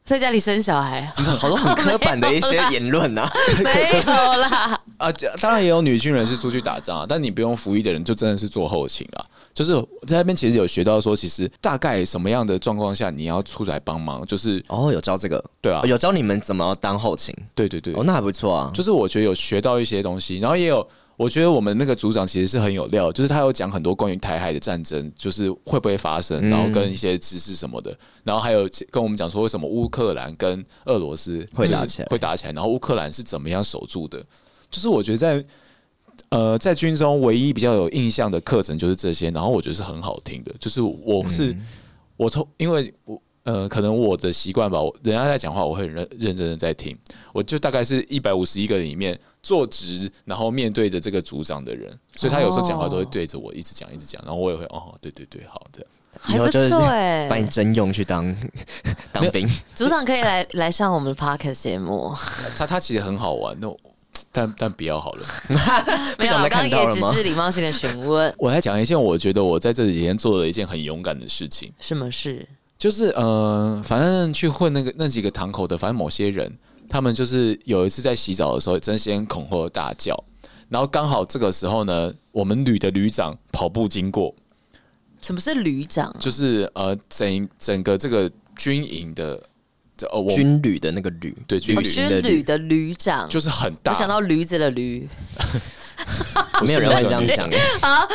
在家里生小 孩？
好多很刻板的一些言论啊。
没有啦，
啊，这当然也有女军人是出去打仗啊，但你不用服役的人就真的是做后勤啊。就是在那边其实有学到说，其实大概什么样的状况下你要出来帮忙，就是
哦，有教这个，
对啊
哦有教你们怎么当后勤，
对对对，
哦，那还不错啊。
就是我觉得有学到一些东西，然后也有，我觉得我们那个组长其实是很有料，就是他有讲很多关于台海的战争，就是会不会发生，然后
嗯
跟一些知识什么的，然后还有跟我们讲说为什么乌克兰跟俄罗斯
会打
就是
起来
会打起来，然后乌克兰是怎么样守住的，就是我觉得在。呃，在军中唯一比较有印象的课程就是这些，然后我觉得是很好听的，就是我是、
嗯
我从因为我呃，可能我的习惯吧，我人家在讲话，我会很认认真的在听，我就大概是一百五十一个里面坐直，然后面对着这个组长的人，所以他有时候讲话都会对着我一直讲一直讲，然后我也会哦，对对对，好的，
还不
就是
错哎、
把你征用去当 当兵，
组长可以来来上我们的 podcast 节目。
他他其实很好玩，那我但但不要好了，
没有啦，
不
我刚
想再看
刚也
到了
只
吗
是礼貌性的询问，
我来讲一件我觉得我在这几天做了一件很勇敢的事情，
什么事？
就是呃，反正去混那个那几个堂口的，反正某些人，他们就是有一次在洗澡的时候争先恐后地大叫，然后刚好这个时候呢，我们旅的旅长跑步经过，
什么是旅长啊？
就是呃整整个这个军营的，这呃我们
军旅的那个旅，
对军
哦，
旅
军旅的旅长，
就是很大，
我想到驴子的 驴，哦
不是
没有人会这样
旅
想
长。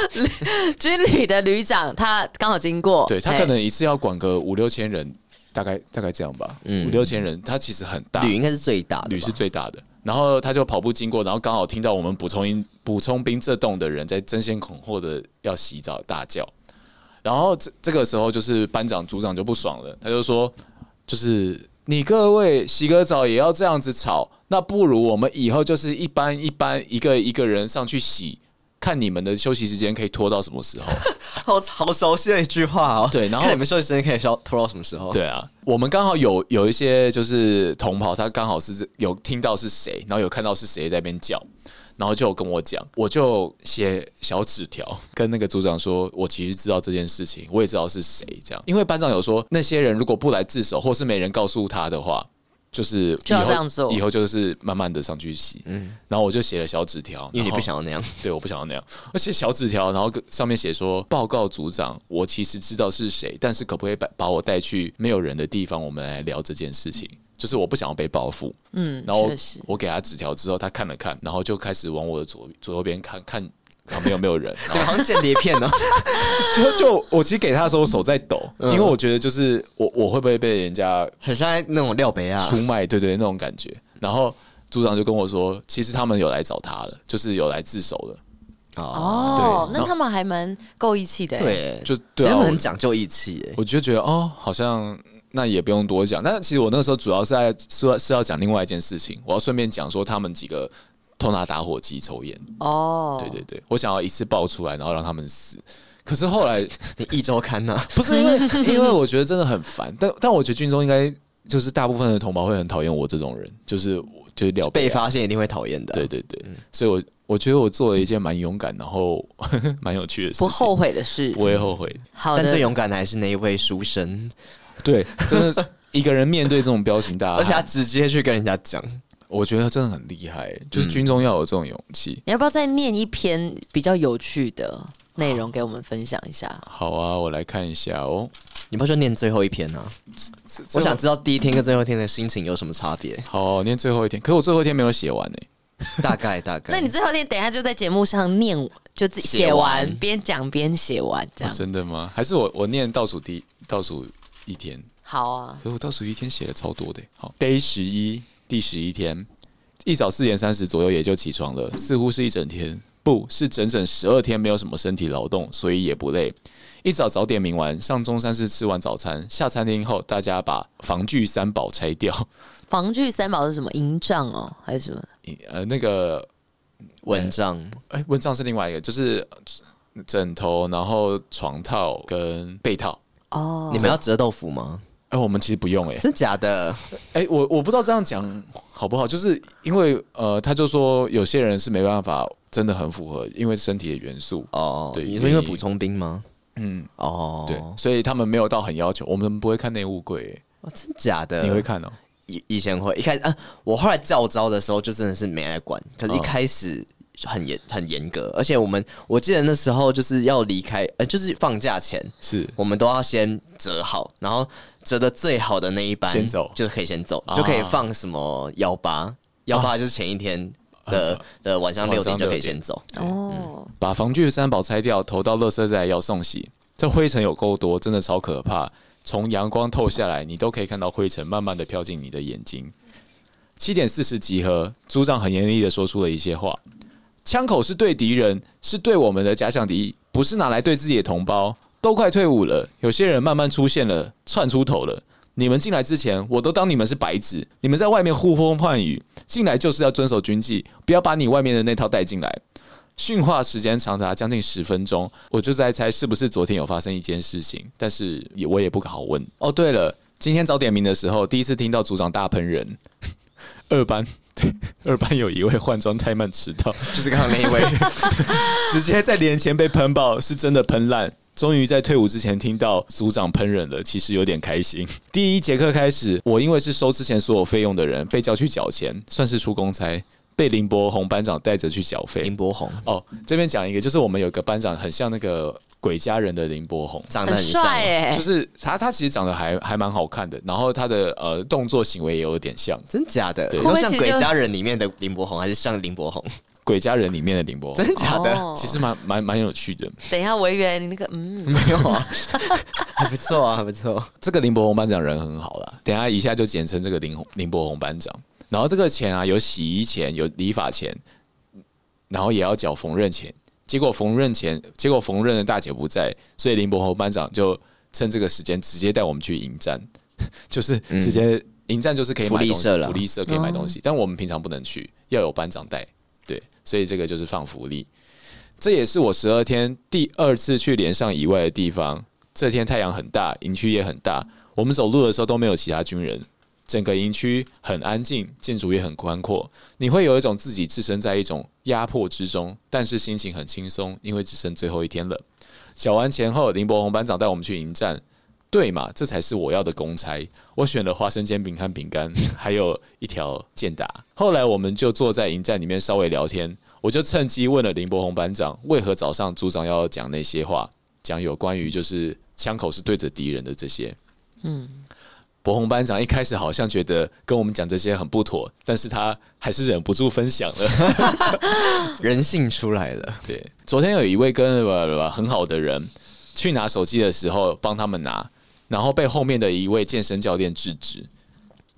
军旅的旅长，他刚好经过，
对他
哎
可能一次要管个五六千人，大概大概这样吧，
嗯
五六千人，他其实很大，
旅应该是最大的吧，
旅是最大的。然后他就跑步经过，然后刚好听到我们补充兵补充兵这栋的人在争先恐后的要洗澡大叫，然后这这个时候就是班长组长就不爽了，他就说就是你各位洗个澡也要这样子吵，那不如我们以后就是一班一班一个一个人上去洗，看你们的休息时间可以拖到什么时候。
好好熟悉的一句话哦。
对然后
看你们休息时间可以消拖到什么时候？
对啊，我们刚好有有一些就是同袍，他刚好是有听到是谁，然后有看到是谁在那边叫，然后就有跟我讲，我就写小纸条跟那个组长说，我其实知道这件事情，我也知道是谁这样，因为班长有说那些人如果不来自首，或是没人告诉他的话。就是以
就要
后
这样做
以后就是慢慢的上去洗，嗯，然后我就写了小纸条，
因为你
然后
不想要那样。
对，我不想要那样。而且小纸条，然后跟上面写说：“报告组长，我其实知道是谁，但是可不可以把把我带去没有人的地方，我们来聊这件事情？就是我不想要被报复。”
嗯，
然后
确实，
我给他纸条之后，他看了看，然后就开始往我的左左右边看看旁边有没有人。然
对，好像间谍片哦。
后就就我其实给他的时候，我手在抖，
嗯
因为我觉得就是我我会不会被人家
很像在那种廖北啊
出，卖，对对那种感觉。然后组长就跟我说，其实他们有来找他了，就是有来自首了。
哦，
对
那他们还蛮够义气的。，欸
对，
就
其
对
实
啊，
他
我
们很讲究义气诶。
我就觉得哦，好像那也不用多讲。但是其实我那个时候主要是在是要是要讲另外一件事情，我要顺便讲说他们几个偷拿打火机抽烟。
哦，
对对对，我想要一次爆出来，然后让他们死。可是后来
你一周刊 呐，
不是因为因为我觉得真的很烦，但但我觉得军中应该就是大部分的同胞会很讨厌我这种人，就是我就是了
被
啊
发现一定会讨厌的。
对，对对，所以我我觉得我做了一件蛮勇敢，然后 蛮有趣的事情，
不后悔的事
不。会后悔的。
好
但最
的，
勇敢的还是那一位书生，
对，真的是一个人面对这种彪形大汉，
而且他直接去跟人家讲。
我觉得真的很厉害，就是军中要有这种勇气。
你要不要再念一篇比较有趣的内容给我们分享一下？
好啊，我来看一下哦。。
你不是说念最后一篇啊？我想知道第一天跟最后一天的心情有什么差别
好念最后一天，可是我最后一天没有写完欸呢、
大概大概。
那你最后一天等一下就在节目上念，就自己
写
写完
完，
边讲边写完这样。
真的吗？还是我我念倒数第倒数一天？
好啊，
可是我倒数一天写了超多的、欸好，day 十一，第十一天，一早四点三十左右也就起床了，似乎是一整天，不是整整十二天没有什么身体劳动，所以也不累。一早早点名完，上中山市吃完早餐，下餐厅后，大家把防具三宝拆掉，
防具三宝是什么？营帐哦，还是什么？
呃，那个
蚊帐
哎，蚊帐是另外一个，就是呃枕头，然后床套跟被套。
哦
你，们要折豆腐吗？
哎、我们其实不用哎、
真假的？
哎、我我不知道这样讲好不好，就是因为呃，他就说有些人是没办法，真的很符合，因为身体的元素，
哦，
对
你说因为补充兵吗？
嗯，
哦，
对，所以他们没有到很要求，我们不会看内务柜、
哦真假
哎
的？
你会看哦、
以以前会一开始啊，我后来教招的时候就真的是没来管，可
嗯
是一开始很严很严格，而且我们我记得那时候就是要离开，呃，就是放假前，
是
我们都要先折好，然后折的最好的那一班
先走
就是可以先走，
啊
就可以放什么幺八幺八，就是前一天的、的晚上六
啊晚上
点就可以
6点
先走。
哦，
把防具三宝拆掉，投到垃圾袋要送洗。这灰尘有够多，真的超可怕。从阳光透下来，你都可以看到灰尘慢慢的飘进你的眼睛。七点四十集合，组长很严厉的说出了一些话：枪口是对敌人，是对我们的假想敌，不是拿来对自己的同胞。都快退伍了，有些人慢慢出现了，窜出头了。你们进来之前，我都当你们是白纸。你们在外面呼风唤雨，进来就是要遵守军纪，不要把你外面的那套带进来。训话时间长达将近十分钟，我就在猜是不是昨天有发生一件事情，但是也我也不好问。哦，对了，今天早点名的时候，第一次听到组长大喷人， 二班。 对，二班有一位换装太慢迟到， 就是刚刚那一位，直接在脸前被喷爆，是真的喷烂。终于在退伍之前听到组长喷人了，其实有点开心。 第一节课开始，我因为是收之前所有费用的人，被叫去缴钱，算是出公差，被林伯宏班长带着去缴 费。
林柏宏
哦，这边讲一个，就是我们有个班长很像那个鬼家人的林柏宏，
长得
很
很像，
帅哎
就，是他，他其实长得还还蛮好看的，然后他的呃动作行为也有点像
真假的？
对
你说
会不会
像《
其实
鬼
就
家人》里面的林柏宏，还是像林柏宏？
鬼家人里面的林柏宏
真，假的？
哦
其实蛮蛮蛮有趣的。
等一下维园，你那个嗯，
没有啊，还不错啊，还不错。
这个林柏宏班长人很好啦，等一下一下就简称这个林宏林柏宏班长。然后这个钱啊，有洗衣钱，有理发钱，然后也要缴缝纫钱。结果缝纫钱，结果缝纫的大姐不在，所以 林柏宏班长就趁这个时间直接带我们去迎战，就是直接营站就是可以买
嗯福利
东西
社，啦
福利社可以买东西，但我们平常不能去，要有班长带。对，所以这个就是放福利。这也是我十二天第二次去连上以外的地方。这天太阳很大，营区也很大，我们走路的时候都没有其他军人。整个营区很安静，建筑也很宽阔，你会有一种自己置身在一种压迫之中，但是心情很轻松，因为只剩最后一天了。小完前后，林伯宏班长带我们去迎战，对嘛？这才是我要的公差。我选了花生煎饼和饼干，还有一条健达。后来我们就坐在营站里面稍微聊天，我就趁机问了林伯宏班长，为何早上组长要讲那些话，讲有关于就是枪口是对着敌人的这些。博宏班长一开始好像觉得跟我们讲这些很不妥，但是他还是忍不住分享了。
人性出来了，
对，昨天有一位跟呃很好的人去拿手机的时候帮他们拿，然后被后面的一位健身教练制止。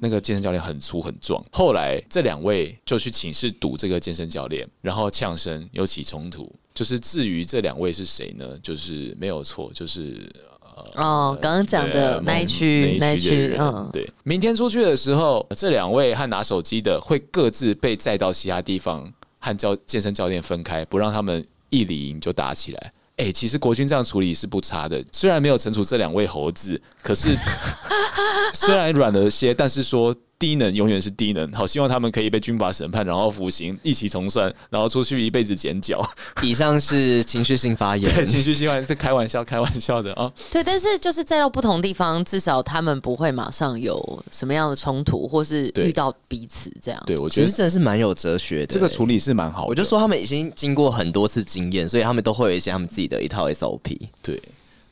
那个健身教练很粗很壮，后来这两位就去寝室堵这个健身教练，然后呛声又起冲突。就是至于这两位是谁呢？就是没有错，就是
哦，刚刚讲的
对啊
那一区，
那
那
一
一区
区的，人
嗯，
对。明天出去的时候，这两位和拿手机的会各自被载到其他地方，和教健身教练分开，不让他们一理营就打起来。哎、其实国军这样处理是不差的，虽然没有惩处这两位猴子，可是虽然软了些，但是说低能永远是低能。好，希望他们可以被军法审判，然后服刑，一起重算，然后出去一辈子剪脚。
以上是情绪性发言
对，。情绪习惯是开玩笑，开玩笑的啊。
对，但是就是再到不同地方，至少他们不会马上有什么样的冲突，或是
对
遇到彼此这样。
对，我觉
其
得
实真的是蛮有哲学的、
这个
欸
处理是蛮好的。
我就说他们已经经过很多次经验，所以他们都会有一些他们自己的一套 SOP。
对，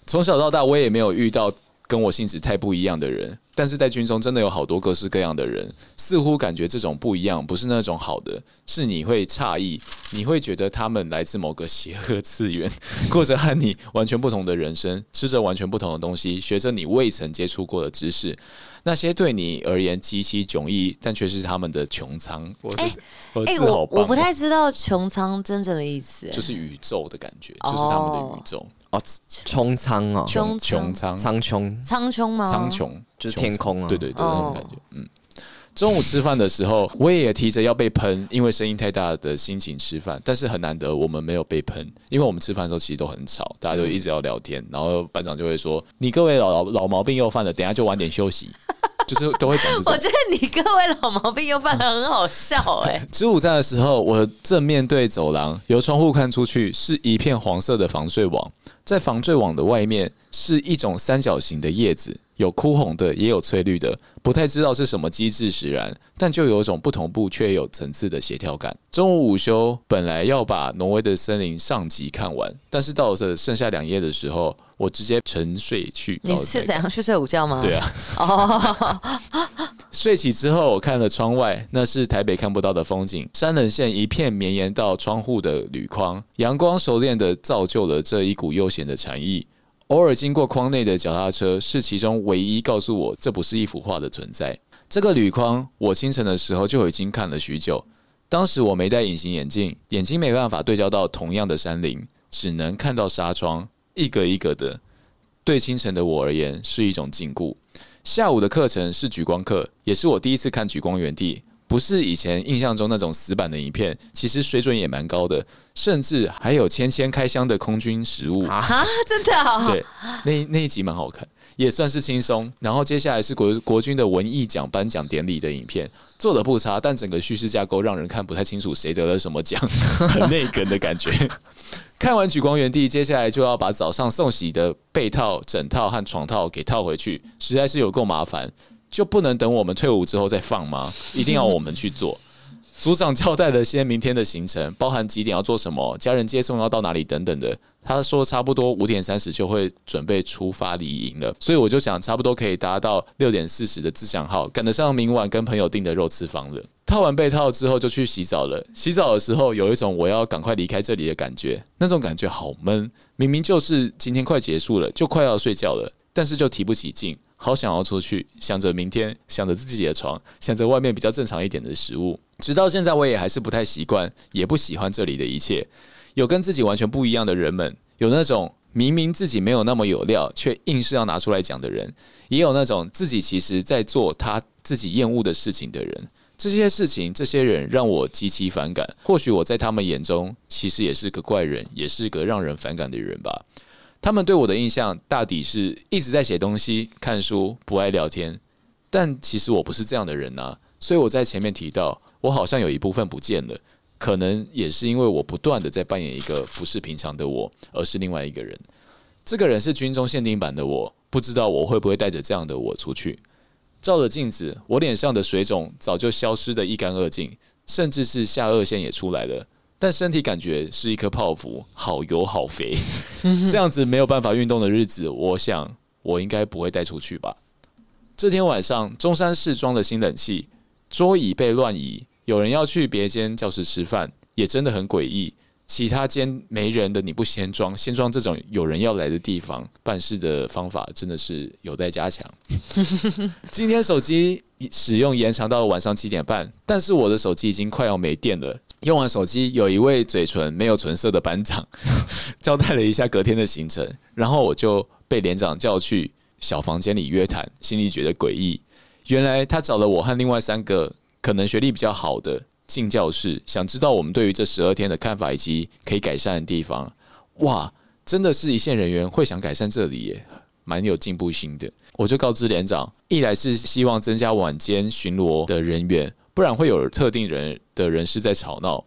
从小到大我也没有遇到跟我性质太不一样的人，但是在军中真的有好多各式各样的人，似乎感觉这种不一样不是那种好的，是你会诧异，你会觉得他们来自某个邪恶次元， 过着和你完全不同的人生，吃着完全不同的东西，学着你未曾接触过的知识。那些对你而言极其迥异，但却是他们的穹苍。我的
哎
我的
哎、
字好
我
棒
我不
哦
太知道穹苍真正的意思、哎
就是宇宙的感觉，就是他们的宇宙，
哦，冲苍哦，
穹
穹苍
苍穹，
苍穹吗？
苍穹
就是
穹
天空啊
对对对，那种
哦
感觉，嗯。中午吃饭的时候，我也提着要被喷，因为声音太大的心情吃饭，但是很难得我们没有被喷，因为我们吃饭的时候其实都很吵，大家就一直要聊天，然后班长就会说：“你各位老老老毛病又犯了，等一下就晚点休息。”就是都会讲这种
我。觉得你各位老毛病又犯得很好笑哎、
吃午餐的时候，我正面对走廊，由窗户看出去是一片黄色的防坠网，在防坠网的外面是一种三角形的叶子，有枯红的，也有翠绿的，不太知道是什么机制使然，但就有一种不同步却有层次的协调感。中午午休本来要把挪威的森林上集看完，但是到了剩下两页的时候，我直接沉睡去到
你
那个。
是怎样去睡午觉吗？
对啊，
哦，
睡起之后，我看了窗外，那是台北看不到的风景。山冷线一片绵延到窗户的铝框，阳光熟练地造就了这一股悠闲的禅意。偶尔经过框内的脚踏车，是其中唯一告诉我这不是一幅画的存在。这个铝框，我清晨的时候就已经看了许久。当时我没戴隐形眼镜，眼睛没办法对焦到同样的山林，只能看到纱窗一格一格的。对清晨的我而言，是一种禁锢。下午的课程是举光课，也是我第一次看举光原地，不是以前印象中那种死板的影片，其实水准也蛮高的，甚至还有芊芊开箱的空军食物。
啊，真的、哦，
对，那那一集蛮好看，也算是轻松。然后接下来是国国军的文艺奖颁奖典礼的影片，做的不差，但整个叙事架构让人看不太清楚谁得了什么奖， 很内梗的感觉。 看完《举光原地》，接下来就要把早上送洗的被套、枕套和床套给套回去，实在是有够麻烦，就不能等我们退伍之后再放吗？一定要我们去做。组长交代了些明天的行程，包含几点要做什么，家人接送要到哪里等等的。他说差不多五点三十就会准备出发离营了，所以我就想差不多可以达到六点四十的自强号，赶得上明晚跟朋友订的肉吃房了。套完被套之后就去洗澡了。洗澡的时候有一种我要赶快离开这里的感觉，那种感觉好闷。明明就是今天快结束了，就快要睡觉了，但是就提不起劲，好想要出去，想着明天，想着自己的床，想着外面比较正常一点的食物。直到现在，我也还是不太习惯，也不喜欢这里的一切。有跟自己完全不一样的人们，有那种明明自己没有那么有料，却硬是要拿出来讲的人，也有那种自己其实在做他自己厌恶的事情的人。这些事情，这些人让我极其反感。或许我在他们眼中，其实也是个怪人，也是个让人反感的人吧。他们对我的印象大抵是一直在写东西、看书，不爱聊天。但其实我不是这样的人呐、所以我在前面提到，我好像有一部分不见了，可能也是因为我不断的在扮演一个不是平常的我，而是另外一个人。这个人是军中限定版的我，不知道我会不会带着这样的我出去。照着镜子，我脸上的水肿早就消失得一干二净，甚至是下颚线也出来了，但身体感觉是一颗泡芙，好油好肥。这样子没有办法运动的日子，我想我应该不会带出去吧。这天晚上，中山市装了新冷气，桌椅被乱移，有人要去别间教室吃饭，也真的很诡异。其他间没人的你不先装，先装这种有人要来的地方，办事的方法真的是有待加强。今天手机使用延长到晚上七点半，但是我的手机已经快要没电了。用完手机，有一位嘴唇没有唇色的班长 交代了一下隔天的行程，然后我就被连长叫去小房间里约谈，心里觉得诡异。原来他找了我和另外三个可能学历比较好的进教室，想知道我们对于这十二天的看法以及可以改善的地方。哇，真的是一线人员会想改善这里耶，蛮有进步心的。我就告知连长，一来是希望增加晚间巡逻的人员，不然会有特定人的人士在吵闹；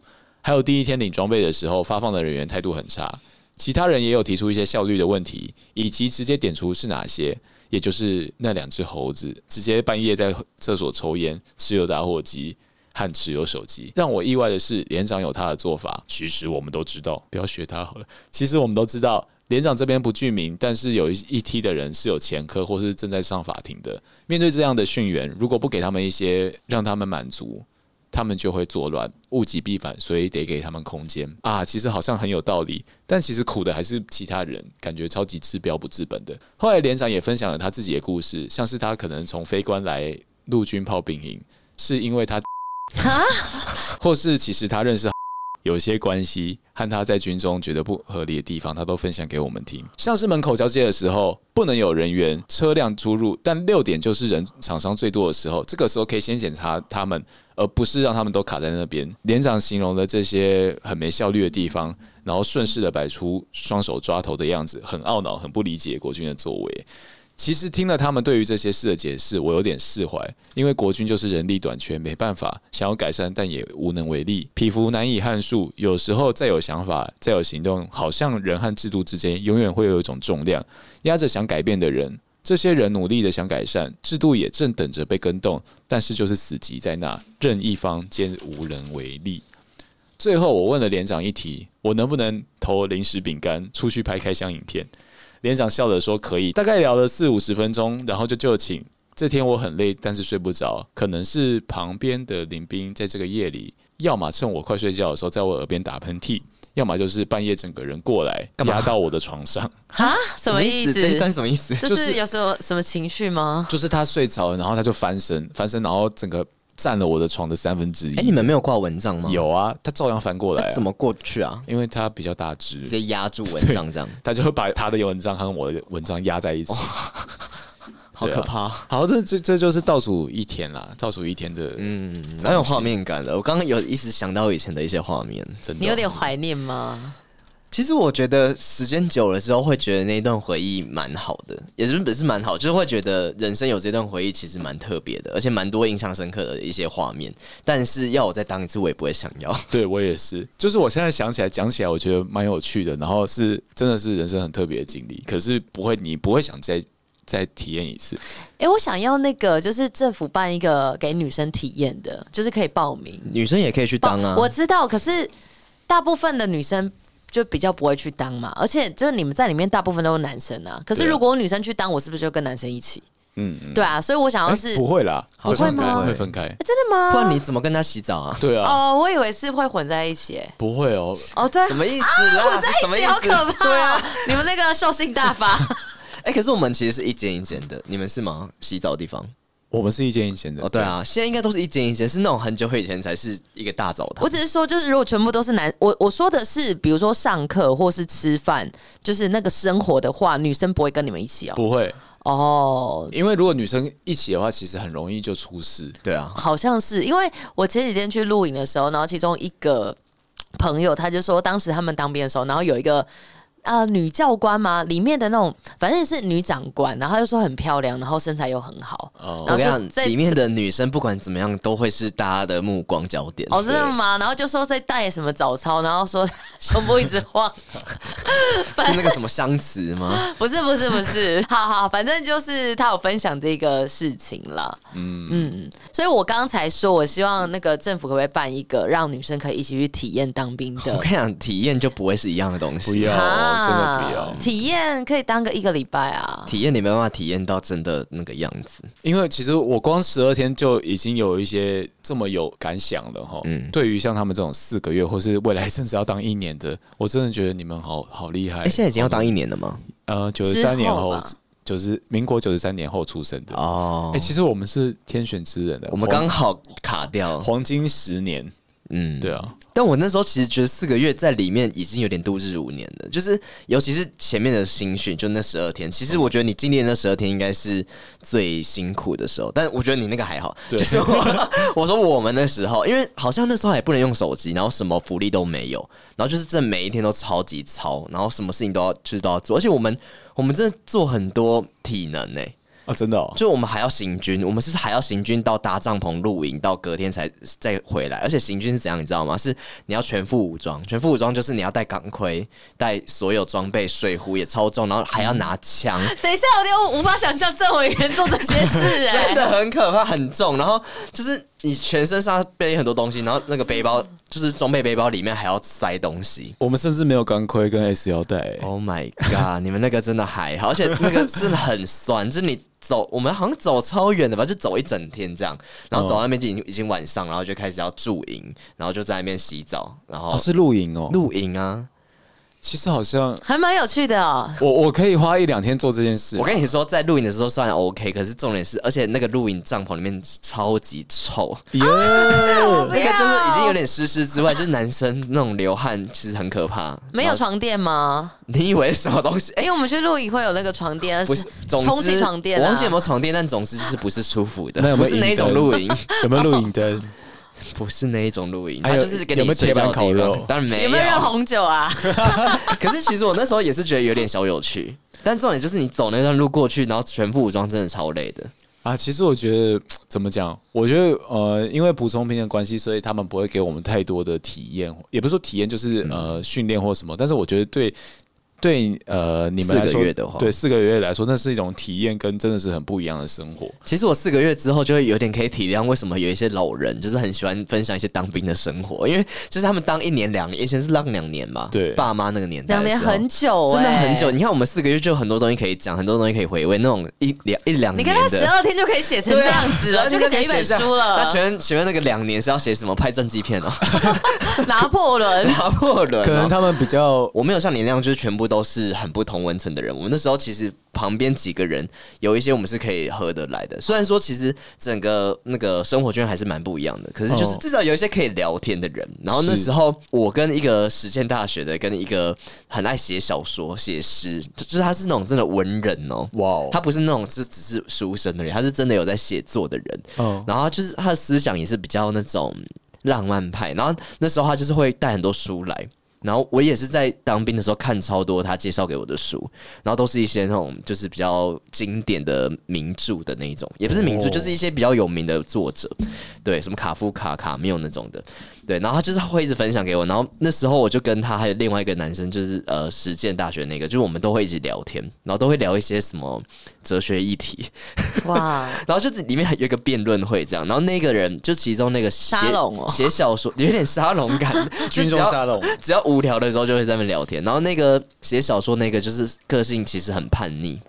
还有第一天领装备的时候，发放的人员态度很差。其他人也有提出一些效率的问题，以及直接点出是哪些，也就是那两只猴子直接半夜在厕所抽烟、持有打火机和持有手机。让我意外的是，连长有他的做法，其实我们都知道，不要学他好了。其实我们都知道，连长这边不具名，但是有一一批的人是有前科或是正在上法庭的。面对这样的训员，如果不给他们一些让他们满足，他们就会作乱，物极必反，所以得给他们空间啊。其实好像很有道理，但其实苦的还是其他人，感觉超级治标不治本的。后来连长也分享了他自己的故事，像是他可能从非官来陆军炮兵营，是因为他或是其实他认识 有些关系和他在军中觉得不合理的地方，他都分享给我们听。像是门口交接的时候，不能有人员、车辆出入，但六点就是人厂商最多的时候，这个时候可以先检查他们，而不是让他们都卡在那边。连长形容了这些很没效率的地方，然后顺势的摆出双手抓头的样子，很懊恼，很不理解国军的作为。其实听了他们对于这些事的解释，我有点释怀，因为国军就是人力短缺，没办法，想要改善但也无能为力，匹夫难以撼树。有时候再有想法，再有行动，好像人和制度之间永远会有一种重量压着想改变的人。这些人努力的想改善，制度也正等着被更动，但是就是死寂在那，任一方皆无能为力。最后，我问了连长一题，我能不能投零食饼干出去拍开箱影片？连长笑着说可以。大概聊了四五十分钟，然后就就寝。这天我很累，但是睡不着，可能是旁边的林兵在这个夜里，要么趁我快睡觉的时候在我耳边打喷嚏，要么就是半夜整个人过来压到我的 床上。
啊，什么意思？
这一段什么意思？
这是有什么什么情绪吗？
就是他睡着了，然后他就翻身，翻身，然后整个占了我的床的三分之一。
哎、你们没有挂蚊帐吗？，
有啊？他照样翻过来、
那怎？么过去啊？
因为他比较大只
直，接压住蚊帐这样，
他就会把他的文章和我的文章压在一
哦
起。
好
对啊
可怕。
好，这这这就是倒数一天啦，倒数一天的，嗯，
蛮有画面感的。我刚刚有一直想到以前的一些画面。
真的
你有点怀念吗？
其实我觉得时间久了之后，会觉得那段回忆蛮好的，也是不是蛮好，就是会觉得人生有这段回忆其实蛮特别的，而且蛮多印象深刻的一些画面。但是要我再当一次，我也不会想要。
对我也是，就是我现在想起来讲起来，我觉得蛮有趣的，然后是真的是人生很特别的经历，可是不会，你不会想再再体验一次。
哎、我想要那个，就是政府办一个给女生体验的，就是可以报名。
女生也可以去当啊
报，我知道，可是大部分的女生就比较不会去当嘛，而且就是你们在里面大部分都是男生啊。可是
对啊
如果我女生去当，我是不是就跟男生一起？
嗯，嗯
对啊，所以我想要
哎
是、
不会啦，
不会
分开，
吗
会分开，
真的吗？
不然你怎么跟他洗 澡啊？
对啊，
哦，我以为是会混在一起、欸。
不会哦，
哦，对啊，
什么意思啦？
混在
这什么
一
意
起
思？
好可怕、
对啊，
啊！你们那个兽性大发，
哎、可是我们其实是一间一间的，你们是吗？洗澡的地方
我们是一间一间的
哦，对，啊，现在应该都是一间一间，是那种很久以前才是一个大澡堂。
我只是说，就是如果全部都是男，我我说的是，比如说上课或是吃饭，就是那个生活的话，女生不会跟你们一起哦。
不会，
哦，
因为如果女生一起的话，其实很容易就出事。
对啊，
好像是，因为我前几天去露营的时候，然后其中一个朋友他就说，当时他们当兵的时候，然后有一个。呃，女教官嘛，里面的那种，反正是女长官，然后她就说很漂亮，然后身材又很好，
哦
然后
我跟
就
你
在
讲，里面的女生不管怎么样，都会是大家的目光焦点。
哦，真的吗？然后就说在带什么早操，然后说 胸部一直晃，
对 是那个什么相词吗？
不是不是不是， 好好，反正就是他有分享这个事情啦。嗯嗯，所以我刚才说，我希望那个政府可不可以办一个让女生可以一起去体验当兵
我
的
跟你讲，体验就不会是一样的东西。
不要
啊
哦
真的不要
体验可以当个一个礼拜啊。
体验你没办法体验到真的那个样子，
因为其实我光十二天就已经有一些这么有感想了哈。
嗯
对于像他们这种四个月或是未来甚至要当一年的，我真的觉得你们好好厉害。
哎、现在已经要当一年了吗？
呃九十
之后
三年后
吧，
就是民国九十三年后出生的。哎、
哦，
其实我们是天选之人的，
我们
黄
刚好卡掉，
黄金十年，
嗯，
对啊，
但我那时候其实觉得四个月在里面已经有点度日如年了，就是尤其是前面的新训，就那十二天，其实我觉得你经历的那十二天应该是最辛苦的时候，但我觉得你那个还好，
对
就是我 我说我们那时候，因为好像那时候也不能用手机，然后什么福利都没有，然后就是真的每一天都超级操，然后什么事情都要就是都要做，而且我们我们真的做很多体能欸呢、
啊，真的、哦，
就我们还要行军，我们是还要行军到搭帐篷露营，到隔天才再回来。而且行军是怎样，你知道吗？是你要全副武装，全副武装就是你要带钢盔、带所有装备、水壶也超重，然后还要拿枪，
等一下，我有点无法想象政委员做这些事、哎，
真的很可怕，很重。然后就是你全身上下背很多东西，然后那个背包就是装备背包里面还要塞东西。
我们甚至没有钢盔跟 S 腰带、
Oh my god！你们那个真的还好，而且那个真的很酸，就是你走，我们好像走超远的吧，就走一整天这样，然后走到那边就已经、已经晚上，然后就开始要驻营，然后就在那边洗澡，然后
哦，是露营哦。
露营啊。
其实好像
还蛮有趣的哦。
我我可以花一两天做这件事
我。跟你说，在露营的时候算 OK，可是重点是，而且那个露营帐篷里面超级臭，
耶、
那个就是
哦
已经有点湿湿之外，就是男生那种流汗其实很可怕。
没有床垫吗？
你以为是什么东西？哎、
因为我们去露营会有那个床垫，
嗯 不是，总
充气
之
床垫、啊。
我忘记有没有床垫，但总之就是不是舒服的
那，有没
不
有
是那一
营灯
种露营。
有没有露营灯？
不是那一种露营，
还
它
有
就是给
有没
你
有
睡
铁
觉
板
的
烤
地方
肉
当然没
有没有热红酒啊？
可是其实我那时候也是觉得有点小有趣，但重点就是你走那段路过去，然后全副武装，真的超累的。
啊，其实我觉得怎么讲？我觉得呃，因为补充品的关系，所以他们不会给我们太多的体验，也不是说体验，就是
嗯
呃训练或什么。但是我觉得对对呃你们来
四
说
个月的话
对四个月来说，那是一种体验，跟真的是很不一样的生活。
其实我四个月之后就会有点可以体谅为什么有一些老人就是很喜欢分享一些当兵的生活，因为就是他们当一年两年，以前是当两年嘛，
对
爸妈那个年代
两
的时
年
候，
很久、
真的
哎
很久。你看我们四个月就有很多东西可以讲，很多东西可以回味，那种一两一两
你
年
看他十
的。啊
二天就可以写成这样子了，就可以写一本书
那请
了。
问，请问那个两年是要写什么？拍传记片哦，
拿破 仑，
拿破仑哦、
可能他们比 较
我没有像你那样，就是全部都是很不同文层的人。我们那时候其实旁边几个人有一些我们是可以合得来的，虽然说其实整个那个生活圈还是蛮不一样的，可是就是
哦
至少有一些可以聊天的人。然后那
是
时候我跟一个实践大学的，跟一个很爱写小说、写诗，就是他是那种真的文人哦，
哇哦
他不是那种只只是书生而已，他是真的有在写作的人。
嗯
然后他就是他的思想也是比较那种浪漫派，然后那时候他就是会带很多书来。然后我也是在当兵的时候看超多他介绍给我的书，然后都是一些那种就是比较经典的名著的那一种，也不是名著，
哦
就是一些比较有名的作者，对，什么卡夫卡、卡缪那种的，对。然后他就是会一直分享给我，然后那时候我就跟他还有另外一个男生，就是呃实践大学那个，就是我们都会一起聊天，然后都会聊一些什么哲学议题，
哇！
然后就是里面还有一个辩论会这样，然后那个人就其中那个写
沙龙哦
写小说有点沙龙 感，
军
就只
中
要
沙龙，
只要无聊的时候就会在那边聊天。然后那个写小说那个就是个性其实很叛逆，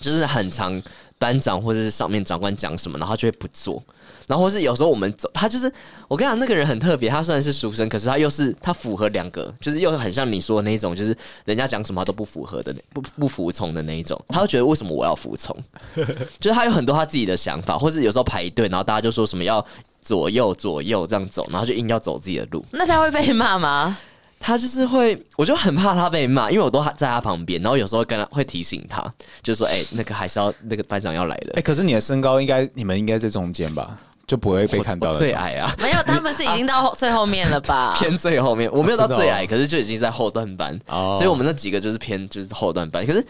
就是很常班长或者是上面长官讲什么，然后他就会不做。然后或是有时候我们走，他就是我跟你讲，那个人很特别，他虽然是书生，可是他又是他符合两个，就是又很像你说的那一种，就是人家讲什么他都不符合的，不不服从的那一种。他会觉得为什么我要服从？ 就是他有很多他自己的想法，或是有时候排队，然后大家就说什么要左右左右这样走，然后就硬要走自己的路。
那他会被骂吗？
他就是会，我就很怕他被骂，因为我都在他旁边，然后有时候跟他会提醒他，就说：“哎、那个还是要那个班长要来的。
哎、可是你的身高应该，你们应该在中间吧，就不会被
我
看到
我
了。
最矮啊，
没有，他们是已经到最后面了 吧？
偏最后面，我没有到
真的哦
最矮，可是就已经在后段班，
哦
所以我们那几个就是偏就是后段班，可是。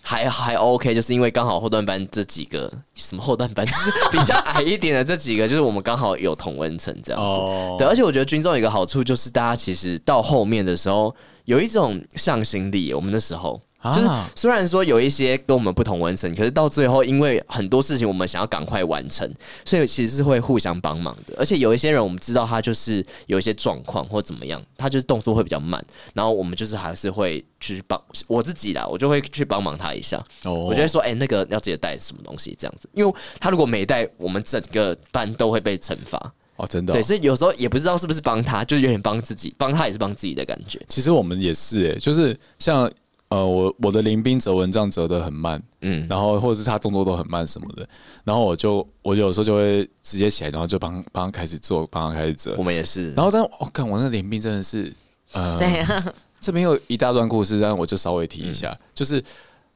还还 OK，就是因为刚好后段班这几个什么后段班，就是比较矮一点的这几个，就是我们刚好有同温层这样子。
哦
对，而且我觉得军中有一个好处就是，大家其实到后面的时候有一种向心力。我们那时候、
啊
就是虽然说有一些跟我们不同文层，可是到最后因为很多事情我们想要赶快完成，所以其实是会互相帮忙的。而且有一些人我们知道他就是有一些状况或怎么样，他就是动作会比较慢，然后我们就是还是会去帮我自己啦，我就会去帮忙他一下。
哦
我就会说，哎、那个要记得带什么东西这样子，因为他如果没带，我们整个班都会被惩罚。
哦，真的哦、
对，所以有时候也不知道是不是帮他，就是有点帮自己，帮他也是帮自己的感觉。
其实我们也是、欸，就是像呃，我我的林兵折蚊帐折得很慢，
嗯
嗯，然后或者是他动作都很慢什么的，然后我就我有时候就会直接起来，然后就帮帮他开始做，帮他开始折
我，们嗯也是，
然后但哦我看、我那林兵真的是，呃，
怎样？
这边有一大段故事，但我就稍微提一下，
嗯
就是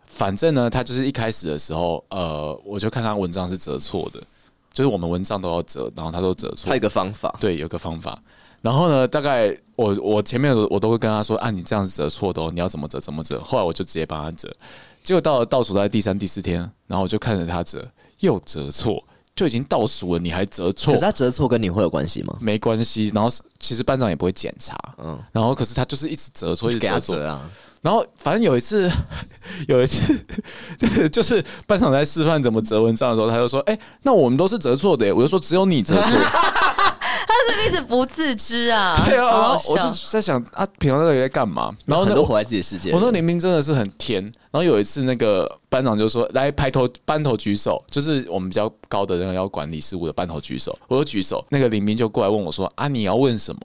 反正呢，他就是一开始的时候，呃，我就看他文章是折错的，就是我们文章都要折，然后他都折错
还有，一个方法，
对，有个方法。然后呢，大概我我前面我都会跟他说啊，你这样子折错的哦，你要怎么折怎么折。后来我就直接帮他折，结果到了倒数在第三、第四天，然后我就看着他折，又折错，就已经倒数了，你还折错
可是，他折错跟你会有关系吗？
没关系。然后是其实班长也不会检查，
嗯
嗯，然后可是他就是一直折错，一直
给他
折错，
折啊，
然后反正有一次，有一次就是就是班长在示范怎么折蚊帐的时候，他就说：“哎、那我们都是折错的耶。”我就说：“只有你折错。
他是不是一直不自知啊？”
对啊，然
好好
后我就
笑
在想啊，平常到底在干嘛？然后
很
那
多
我
活在自己的世界里。
我 那林兵真的是很甜。然后有一次，那个班长就说：“来，排头班头举手，就是我们比较高的那个要管理事务的班头举手。”我就举手，那个林兵就过来问我说：“啊，你要问什么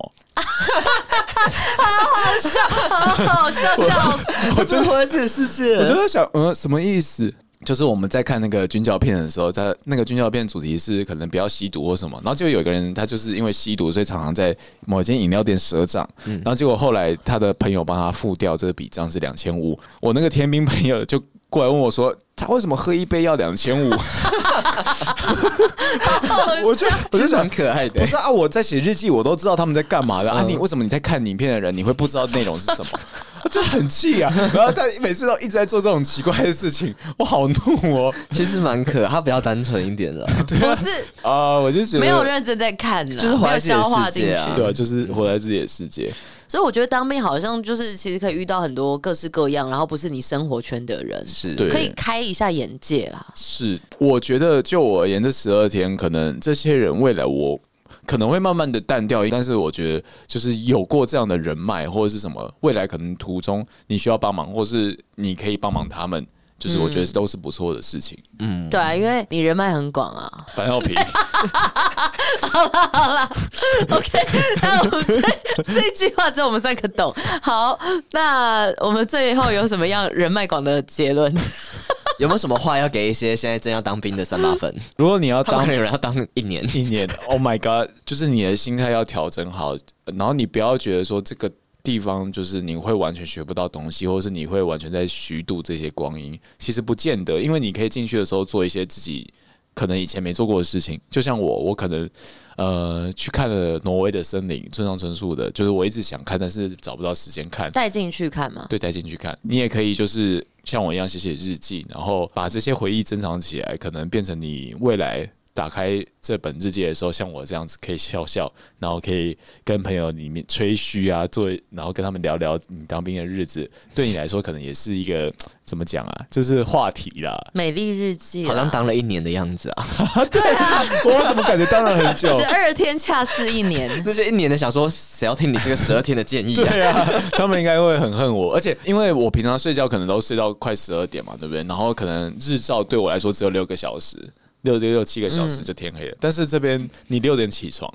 好哦笑笑死！
我真的活在自己的世？”
我就
界。
在想，呃，什么意思？就是我们在看那个军教片的时候，在那个军教片主题是可能不要吸毒或什么，然后就有一个人他就是因为吸毒，所以常常在某一间饮料店赊账，然后结果后来他的朋友帮他付掉这个笔账是两千五，我那个天兵朋友就过来问我说，他为什么喝一杯要两千五？ 我就我
其
就
实
想
蛮。可爱的
不，是啊，我在写日记，我都知道他们在干嘛的啊！你为什么你在看影片的人，你会不知道内容是什 么？我真的很气啊！然后他每次都一直在做这种奇怪的事情，我好怒哦！
其实蛮可爱，他比较单纯一点的，
不是
啊，我就觉得
没有认真在看呢，
就是
没
活在
有
自己的
消化
世
进
界
去。
啊。
对啊，就是活在自己的世界。
所以我觉得当兵好像就是其实可以遇到很多各式各样，然后不是你生活圈的人，
是，
对
可以开一下眼界啦。
是，我觉得就我而言，这十二天可能这些人未来我可能会慢慢的淡掉，但是我觉得就是有过这样的人脉或者是什么，未来可能途中你需要帮忙，或是你可以帮忙他们，就是我觉
嗯
得都是不错的事情。
对啊，因为你人脉很广啊。
樊耀平，
OK，那我们这这句话只有我们三个懂。好，那我们最后有什么样人脉广的结论？
有没有什么话要给一些现在正要当兵的三八粉？
如果你要
他 们
当
可能有人要当一年，
一年，Oh my God，就是你的心态要调整好，然后你不要觉得说这个地方就是你会完全学不到东西，或是你会完全在虚度这些光阴。其实不见得，因为你可以进去的时候做一些自己可能以前没做过的事情。就像我，我可能呃去看了挪威的森林，村上春树的，就是我一直想看，但是找不到时间看。
带进去看嘛。
对，带进去看，你也可以就是像我一样写写日记，然后把这些回忆珍藏起来，可能变成你未来打开这本日记的时候，像我这样子可以笑笑，然后可以跟朋友里面吹嘘啊，做，然后跟他们聊聊你当兵的日子，对你来说可能也是一个怎么讲啊，就是话题啦。
美丽日记啊，
好像当了一年的样子啊。
我怎么感觉当了很久？
十二天恰似一年。
那些一年的想说，谁要听你这个十二天的建议啊？
对啊，他们应该会很恨我，而且因为我平常睡觉可能都睡到快十二点嘛，对不对？然后可能日照对我来说只有六个小时，六六六七个小时就天黑了。但是这边你六点起床，